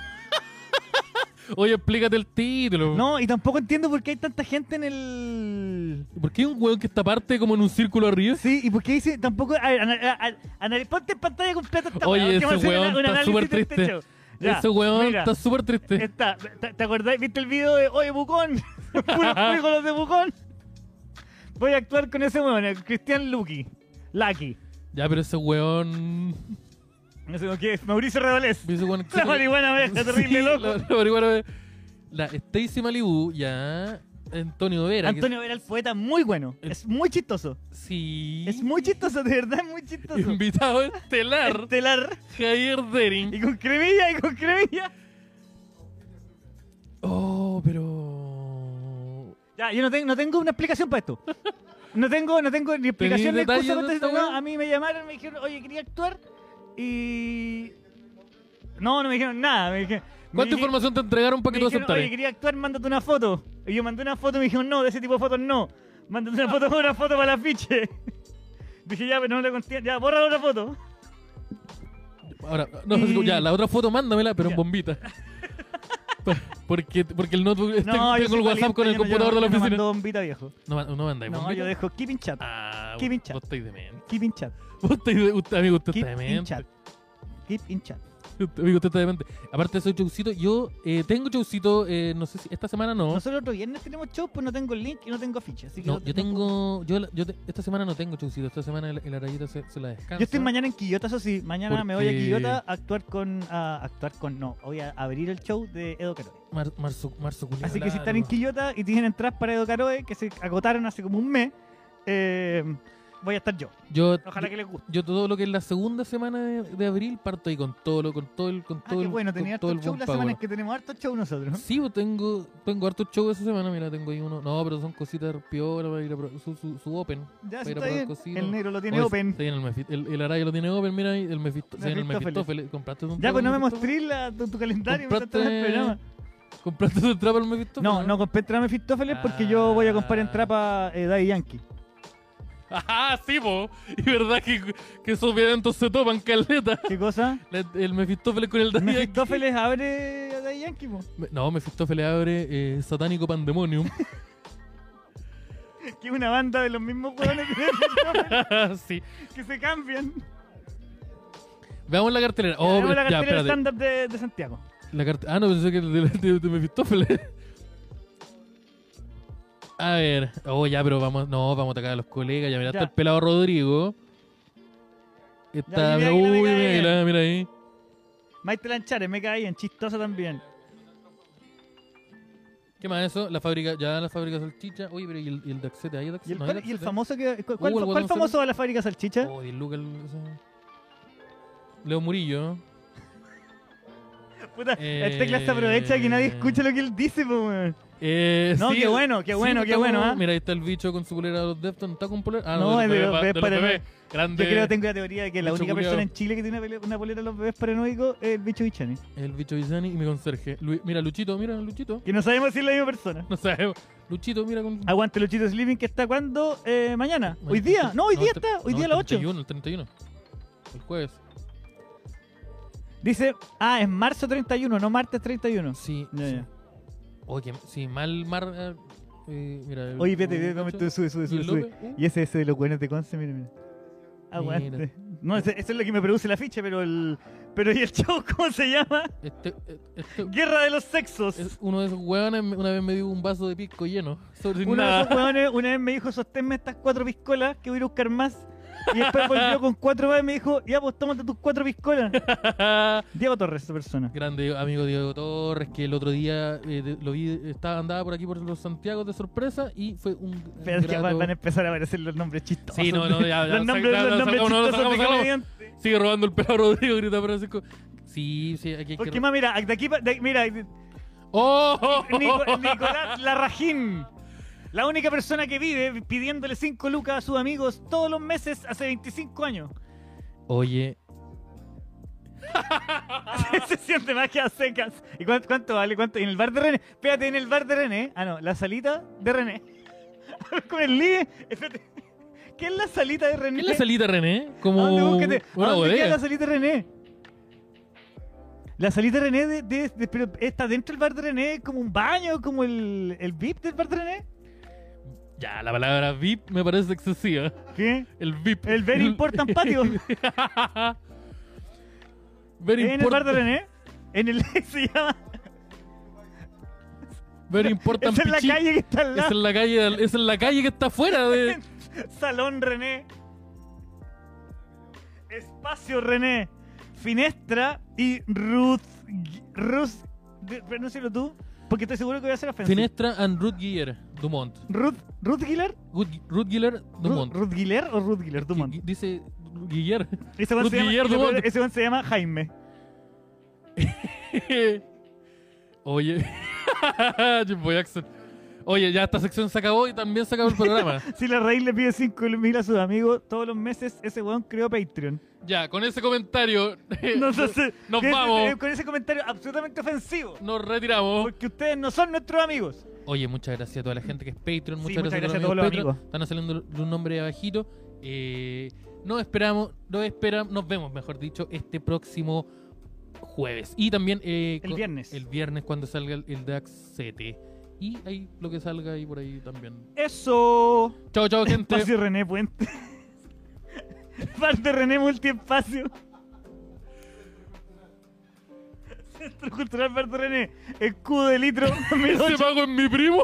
Oye, explícate el título.
No, y tampoco entiendo por qué hay tanta gente en el.
¿Por qué hay un hueón que está parte como en un círculo arriba?
Sí, y por qué dice tampoco. a ver, ana- a- a- ana- ponte en pantalla completa esta
Oye,
weá, que
ese
vamos a hacer
weón
una- un
está
análisis
súper
de este
triste.
show. Ya,
Ese hueón
mira, Eh,
está súper triste.
está- ¿te, te acordás? ¿Viste el video de Oye Bucón? <laughs>
<laughs>
Puros los de Bucón. Voy a actuar con ese weón, el Cristian Lucky. Lucky.
Ya, pero ese hueón.
No sé qué es, Mauricio Redolés.
Ese hueón
<laughs> La marihuana verde, terrible
Sí,
loco.
la- la marihuana verde. La Stacy Malibu, ya. Antonio Vera. que-
Antonio Vera, el poeta, muy bueno.
El-
Es muy chistoso.
Sí.
Es muy chistoso, de verdad, es muy chistoso.
Invitado estelar,
Estelar.
Javier Dering.
Y con cremilla, y con cremilla.
Oh, pero.
Ya, yo no, tengo- no tengo una explicación para esto. No tengo, no tengo ni explicación ni
detalles
excusa
de
para
esta
esta weá.
weá?
A mí me llamaron, me dijeron, oye, quería actuar. Y. No, no me dijeron nada. Me dijeron, me
¿Cuánta
dije-
información te entregaron para
me
que tú
dijeron, oye,
aceptaras?
quería actuar, mándate una foto. Y yo mandé una foto y me dijeron, no, de ese tipo de fotos no. Mándate una foto, una foto para la afiche. <laughs> Dije, ya, pero no le conté. Ya, borra la otra foto.
Ahora, no, así como, ya, la otra foto mándamela, pero en
Ya. <laughs>
bombita. Pa- porque, porque el notebook. este-
No, yo
tengo
soy
el WhatsApp
valiente,
con el
yo no-
computador
yo
de la
no mando
oficina.
bombita, viejo.
No, ma- no mandáis
No,
bombita.
yo dejo keep in chat.
Ah,
Keep in
vos,
chat.
vos estáis demente. <laughs>
Keep in chat.
Vos estáis de- usted- Amigo, usted
Keep
está
in
demente.
chat. Keep in chat.
Amigo, usted está demente. Aparte de esos chaucitos, yo eh, tengo chaucito, eh, no sé si esta semana no.
Nosotros otro viernes tenemos show, pues no tengo el link y no tengo afiche. Así que
No,
no-
yo
no-
tengo. Yo, la- yo te- esta semana no tengo chaucito. Esta semana el, el Arayita se, se la descansa.
Yo estoy mañana en Quillota, eso sí. Mañana me voy a
Porque-
Quillota a actuar con. A actuar con. No, voy a abrir el show de Edo Caroe.
Mar- marzo, marzo culiao
Así que si están en
largo.
Quillota y tienen entradas para Edo Caroe, que se agotaron hace como un mes, eh, voy a estar yo.
Yo,
Ojalá
yo,
que les guste.
yo todo lo que es la segunda semana de, de abril parto ahí con todo lo, con todo el, con
Ah,
todo
qué
el,
bueno,
con
tenía
todo
hartos
el
shows
buen
las
power.
semanas que tenemos hartos shows nosotros.
<laughs>
¿no?
Sí, pues, tengo, tengo hartos shows esa semana, mira, tengo ahí uno. No, pero son cositas piola para ir a pro- su, su, su open.
Ya
Voy a ir a
está
probar
bien.
cocina.
El negro lo tiene
Oye,
open.
está ahí en el, Mephi- el, el Araya lo tiene open, mira, ahí, el Mephisto, está ahí en el
Mefistófeles.
Mephistófeles. ¿Compraste un
Ya,
trapo
pues no me
al
mostré la- tu, tu calendario mientras estaba en el
Compraste-
programa.
Mephistófeles? ¿Compraste tu trapo al Mephistófeles?
No, no compré entrada a Mephistófeles porque yo voy a comprar
Ah.
entrada para eh, Daddy Yankee.
Ajá, sí, po. Y verdad que, que esos violentos se topan, caleta.
¿Qué cosa?
La- el Mephistófeles con el <laughs> Daddy Yankee.
Mephistófeles abre a Daddy Yankee, po.
Me- No, Mefistófeles abre eh, Satánico
<laughs>
Pandemonium. <laughs>
Que es una banda de los mismos <laughs> hueones de Mephistófeles
sí.
que se cambian.
Veamos la cartelera.
Ya,
Oh,
vemos la
ya,
cartera
espérate.
estándar de, de Santiago.
La carte- Ah, no, pensé que de, de, de Mefistófeles. <laughs> A ver. Oh, ya, pero vamos. No, vamos a atacar a los colegas. Ya, mira,
Ya.
está el pelado Rodrigo.
Ya,
Está.
mira,
uy,
mira,
mira,
mira,
mira,
mira.
mira ahí.
Maite Lanchares, me caí en chistosa también.
¿Qué más eso? La fábrica. Ya la fábrica salchicha. Oye, pero ¿y el, y el Daxete? ¿Hay Daxete?
¿Y el,
¿No hay
cuál- y el
Daxete?
famoso que. cu- ¿Cuál,
Uh, el
cuál
hueón
famoso va a la fábrica salchicha?
Oh, 10 lucas el- ese. Leo Murillo.
Puta,
eh,
el tecla se aprovecha que nadie escucha lo que él dice, po, weón.
Eh,
No,
sí,
qué bueno, qué
sí,
bueno,
está
qué bueno,
como-
¿ah?
Mira, ahí está el bicho con su polera de los Deftones. ¿Está con polera? Ah,
No,
no,
es
de,
de
los
los
bebés,
bebés
pa- de los
paranoicos.
bebés. Grande.
Yo creo que tengo la teoría de que la
Bicho
única
culiao.
persona en Chile que tiene una, pele- una polera de los bebés paranoicos es el bicho Bichani.
El bicho Visani y mi conserje. Lu- mira, Luchito, mira, Luchito. <laughs>
Que no sabemos si es la misma persona.
No sabemos. Luchito, mira con.
Aguante Luchito Sleeping que está cuando eh, mañana. Ah, Hoy día. No, hoy día
el tre-
está. Hoy
no,
día a
el
las 8.
31, el 31. El jueves.
Dice, ah, es marzo 31, no martes 31.
Sí.
Ya,
sí.
ya.
Oye, sí, mal mar. eh, eh, mira. el-
Oye, espérate, espérate,
el
un
bicho.
momento, sube, sube,
¿Y el
sube, sube.
López? Uh,
Y ese, ese de los buenos de Conce, mira, mira. Aguante. No, ese- eso es lo que me produce la ficha, pero el. Pero ¿y el show <laughs> cómo se llama?
Este, eh, este-
Guerra de los sexos.
es uno de esos hueones me- una vez me dio un vaso de pisco lleno. <laughs> sobre
Uno de
nada.
esos hueones una vez me dijo, sosténme estas cuatro piscolas que voy a ir a buscar más. Y después volvió con cuatro más y me dijo, ya pues tómate tus cuatro
<laughs>
piscolas. Diego Torres, esa persona.
Grande amigo Diego Torres, que el otro día eh, de- lo vi, estaba, andaba por aquí por los Santiago de sorpresa y fue un.
Pero es que
grato-
va- van a empezar a aparecer los nombres chistosos.
Sí, no, no, ya, ya,
los nombres,
saca-
los
ya,
nombres
sacamos, no,
chistosos
sacamos,
de
sacamos.
comediantes.
Sigue robando el pelo a Rodrigo, grita Francisco. Sí, sí, aquí hay que.
Porque más, mira, de aquí, pa- de- mira,
¡Oh!
Nico- Nicolás Larrajín. La única persona que vive pidiéndole 5 lucas a sus amigos todos los meses hace 25 años.
Oye, Ah.
<laughs> Se siente más que a secas. ¿Y cuán- cuánto, vale? ¿Cuánto? En el bar de René. Espérate, en el bar de René. Ah, no, la salita de René. <laughs> Con el ligue. Espérate. ¿Qué es la salita de
¿qué
René?
es la salita, René?
¿A dónde,
Como
búsquete? ¿A
una
dónde queda la
bodega.
salita de René? La salita de René de, de- de- pero está dentro del bar de René, ¿Es como un baño, como el, el VIP del bar de René.
Ya, la palabra VIP me parece excesiva.
¿Qué?
El VIP.
El very important patio.
<laughs> Very
¿En el bar de
important,
René? En el <laughs> se llama.
very important
Esa es la
pichín.
calle que está al
Esa es
lado.
la calle, esa es la calle que está
<laughs>
afuera de.
Salón René. Espacio René. Finestra y Ruth. Ruth. de- Pronúncialo tú. Porque estoy seguro que voy a hacer ofensivo.
Finestra and Rutger Dumont.
Ruth. Ruth Giller.
Gut- Rutger Dumont.
Ruth Giller o Ruth Giller Dumont.
Gui- Dice Guiller. <laughs>
Ese weón
Ruth
se,
Giller
llama-
Dumont.
ese weón se llama Jaime.
Oye. <laughs> Jim Boy Axel. Oye, ya esta sección se acabó y también se acabó
<laughs>
el programa.
Si la raíz le pide 5 mil a sus amigos todos los meses, ese weón creó Patreon.
ya, con ese comentario <laughs>
No sé si-
Eh, Nos
que-
vamos.
Con ese comentario absolutamente ofensivo.
nos retiramos.
Porque ustedes no son nuestros amigos.
Oye, muchas gracias a toda la gente que es Patreon. Muchas,
Mm. Sí, muchas
gracias,
gracias a todos los
Patreon. Están saliendo de un nombre abajito. Eh, nos esperamos, nos esperamos, nos vemos, mejor dicho, este próximo jueves. Y también eh,
El
con-
viernes.
El viernes cuando salga el, el DAX CT. Y ahí lo que salga ahí por ahí también.
Eso. <laughs>
Chao, chao, gente.
Espacio René Puente. <laughs> Parte René Multiespacio. Centro Cultural Parte René. Escudo de litro. <laughs>
Ese
2008.
pago es mi primo.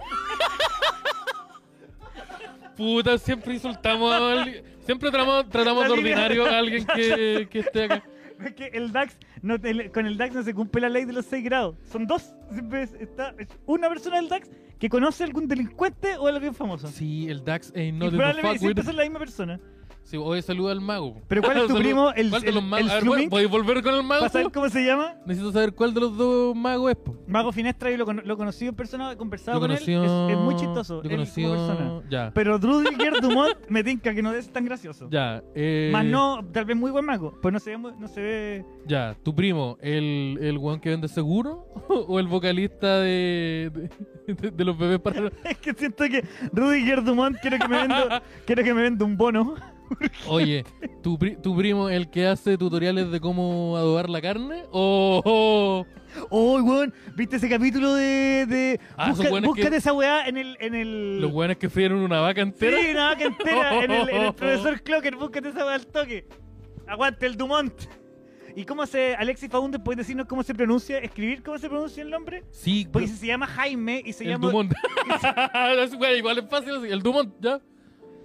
Puta, siempre insultamos a alguien. Siempre tratamos, tratamos
La
de
línea-
ordinario a alguien que, que
<laughs>
esté acá.
Es que el DAX, no, el- con el DAX no se cumple la ley de los 6 grados. Son dos. Siempre es- está es una persona del DAX que conoce a algún delincuente o a alguien famoso.
Sí, el DAX ain't
y
not in the
probablemente
fuck with.
siempre son la misma persona.
Sí, oye, saluda al mago.
Pero ¿cuál
<laughs>
es tu
Saluda-
primo? El-
¿Cuál de
el-
los magos?
el
A ver, ¿puedo-
Slumink?
¿Podéis volver con el mago?
¿Para saber
po?
cómo se llama?
Necesito saber cuál de los dos magos es, po.
Mago Finestra yo lo, cono- lo conocí en persona, he conversado
Yo
con
conocí-
él, es, es muy chistoso.
Yo
él como
conocí-
persona.
Ya,
Pero Rudiger
<laughs>
Dumont me tinca que no es tan gracioso.
ya. Eh,
Más no, tal vez muy buen mago. Pues no se ve, muy- no se ve <laughs>
Ya, tu primo, el, el weón que vende seguro <laughs> o el vocalista de, de, de- de los bebés para...
Es que siento que Rudiger Dumont quiere que me
<laughs>
venda, quiere que me venda un bono.
Oye, tu, pri- tu primo, el que hace tutoriales de cómo adobar la carne o... o-
Oh, weón, ¿viste ese capítulo de. de
Ah, esos
busca-
weones
búscate
que-
esa weá en el. En el...
los weones que frieron una vaca entera?
Sí, una vaca entera. en, el, en
<laughs>
el profesor Clocker, búscate esa weá al toque. Aguante el Dumont. ¿Y cómo se. Alexis Faunde, puedes decirnos cómo se pronuncia, escribir cómo se pronuncia el nombre?
Sí,
Porque se llama Jaime y se
el
llama.
Dumont. <laughs> Es, güey, igual es fácil así. El Dumont, ya.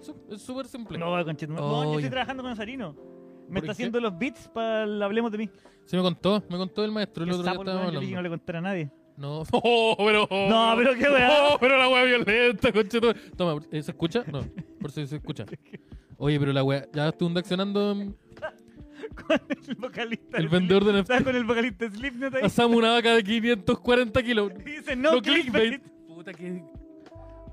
Su- Es súper simple.
No, conchetumare.
Oh,
No, yo
ya.
estoy trabajando con Sarino. Me
¿Por qué?
está haciendo los beats para el Hablemos de mí.
Sí, me contó, me contó el maestro el
Que
otro día
sapo, el weón,
estábamos
yo le dije que no
hablando.
le contara a nadie. <laughs>
No, <laughs> Oh, pero.
No, pero qué weá.
No, pero la weá violenta, conchetumare. Toma, por- eh, ¿se escucha? No, por si
<laughs>
se escucha. Oye, pero la weá, ya estuvo accionando
Con el vocalista.
el
de
vendedor de
Slipknot,
NFT.
con el vocalista de Slipknot
<laughs>
ahí.
Pasamos una vaca de 540 kilos.
Y dice no,
no clickbait.
clickbait.
Puta que.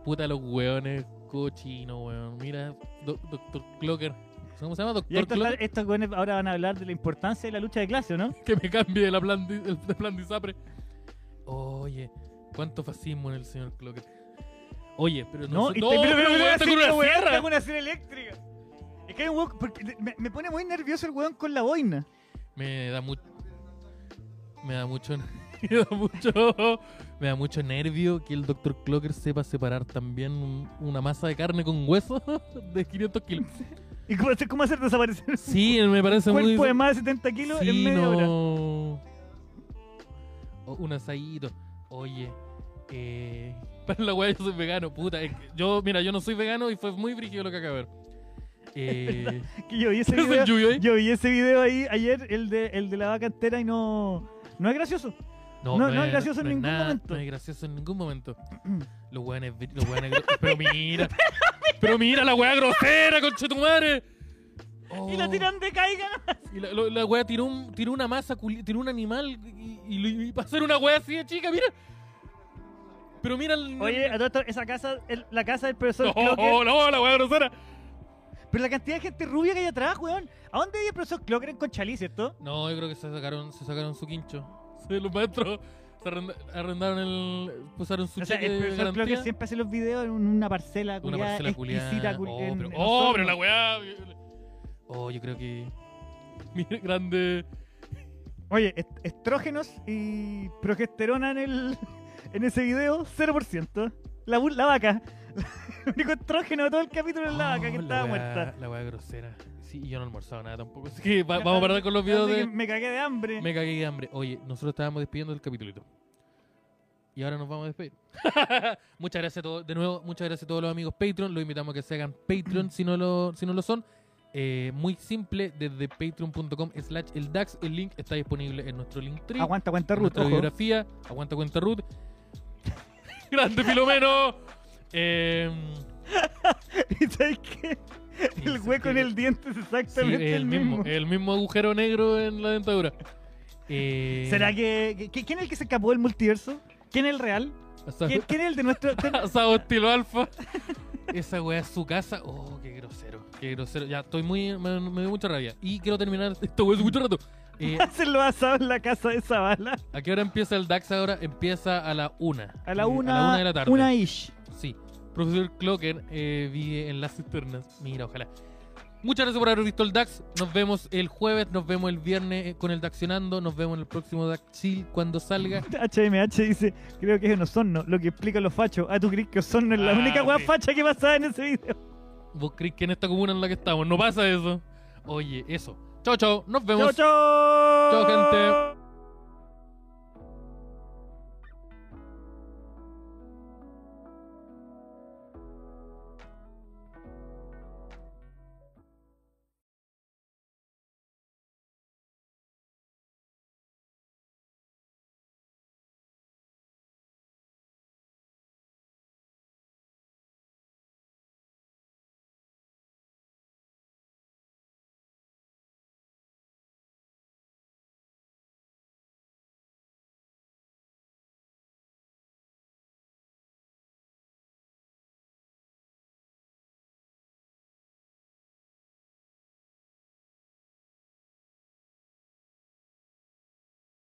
Puta los weones cochinos, weón. Mira, doc- Doctor Clocker. ¿Cómo se llama?
Y
Doctor
estos,
Clocker.
estos güeyes ahora van a hablar de la importancia de la lucha de clase, ¿o ¿no?
que me cambie la plan de, el de plan de ISAPRE. Oye, cuánto fascismo en el señor Clocker. Oye, pero
No,
no,
y
no,
te-
pero,
voy a
weón,
hacer
está con una
esta weá,
sierra.
está con una sierra eléctrica. Es que hay un weón- porque me, me pone muy nervioso el weón con la boina.
Me da mucho. Me da mucho. <laughs> Me da mucho. Me da mucho nervio que el Dr. <laughs> Clocker sepa separar también un- una masa de carne con hueso de 500 kilos.
¿Y cómo hacer, cómo hacer desaparecer
Sí, me parece
un
muy...
cuerpo de más de 70 kilos
Sí,
en media
no.
hora?
O un asadito. Oye, eh, <laughs> para la weá yo soy vegano, puta. es que yo, mira, yo no soy vegano y fue muy brígido lo que acabo de ver.
<laughs>
Eh,
Que yo vi
<laughs>
ese
¿Es el
video,
Yuyoi?
yo vi ese video ahí ayer, el de, el de la vaca entera y no... No es gracioso. No, no es gracioso en
no
ningún
nada,
momento.
No es gracioso en
<clears throat>
ningún momento. Los weones, br- los weones gro- pero mira, pero mira la weá grosera, conchetumare.
Y la
Oh.
tiran de caiga.
Y la, lo- la wea tiró, un- tiró una masa, culi- tiró un animal y, y lo- y para hacer una wea así de chica, mira. Pero mira el.
Oye, a todo esto, esa casa, el- la casa del profesor
Mm. no,
Clocker.
no, la wea grosera.
Pero la cantidad de gente rubia que hay atrás, weón. ¿A dónde hay el profesor Clocker en Conchalí, cierto?
No, yo creo que se sacaron, se sacaron su quincho. Sí, los maestros se arrenda- arrendaron el. Pusieron su
O sea,
cheque
el
de
profesor Clocker
garantía.
siempre hace los videos en una parcela
Una
culiada,
parcela culiada.
exquisita, cul-
Oh,
en-
pero,
en
oh,
Osorno.
pero la wea. Oh, yo creo que. Mira, grande.
Oye, est- estrógenos y progesterona en el <laughs> en ese video, 0%. La, bu- la vaca. <laughs> El único estrógeno de todo el capítulo es la vaca que
Oh,
estaba
wea-
muerta.
La wea grosera. Sí, y yo no he almorzado nada tampoco. Así que va- vamos a parar con los videos
Así
de.
que Me cagué de hambre.
Me cagué de hambre. Oye, nosotros estábamos despidiendo del capitulito. Y ahora nos vamos a despedir. <laughs> muchas gracias a todos. De nuevo, muchas gracias a todos los amigos Patreon. Los invitamos a que se hagan Patreon si no lo, si no lo son. Eh, muy simple, desde patreon.com slash el DAX. El link está disponible en nuestro link tree.
Aguanta, aguanta,
en
Ruth.
nuestra
ojo.
biografía. Aguanta cuenta Ruth. <laughs> Grande Filomeno. Eh,
¿Y <laughs> sabes qué?
Sí,
El
sí,
hueco en
que-
el diente es
sí,
exactamente
el,
el
mismo,
mismo.
el mismo agujero negro en
<laughs>
la dentadura. Eh,
¿Será que, que- que- ¿Quién es el que se escapó del multiverso? ¿Quién es el real?
hasta-
¿Quién, quién es el de nuestro.?
<laughs>
ten-
Asado estilo alfa. Esa weá es su casa. Oh, qué grosero. Qué grosero. Ya, estoy muy. Me, me dio mucha rabia. Y quiero terminar esto weá hace mucho rato. Eh,
<laughs> Hacen los asados en la casa de Zavala
¿A qué hora empieza el DAX ahora? Empieza a la una.
a la
Eh,
una.
A la una de la tarde.
Una ish.
Sí. Profesor Clocker eh, vive en las cisternas. Mira, ojalá. Muchas gracias por haber visto el DAX. Nos vemos el jueves, nos vemos el viernes eh, con el DAXionando. Nos vemos en el próximo DAX Chill cuando salga.
HMH dice, creo que es en Osorno, lo que explica los fachos. Ah, tú crees que Osorno es la
Ah,
única weá
sí.
facha que pasaba en ese video.
¿Vos crees que en esta comuna en la que estamos no pasa eso? Oye, eso. Chao, chao. Nos vemos.
Chao, chao.
Chao, gente.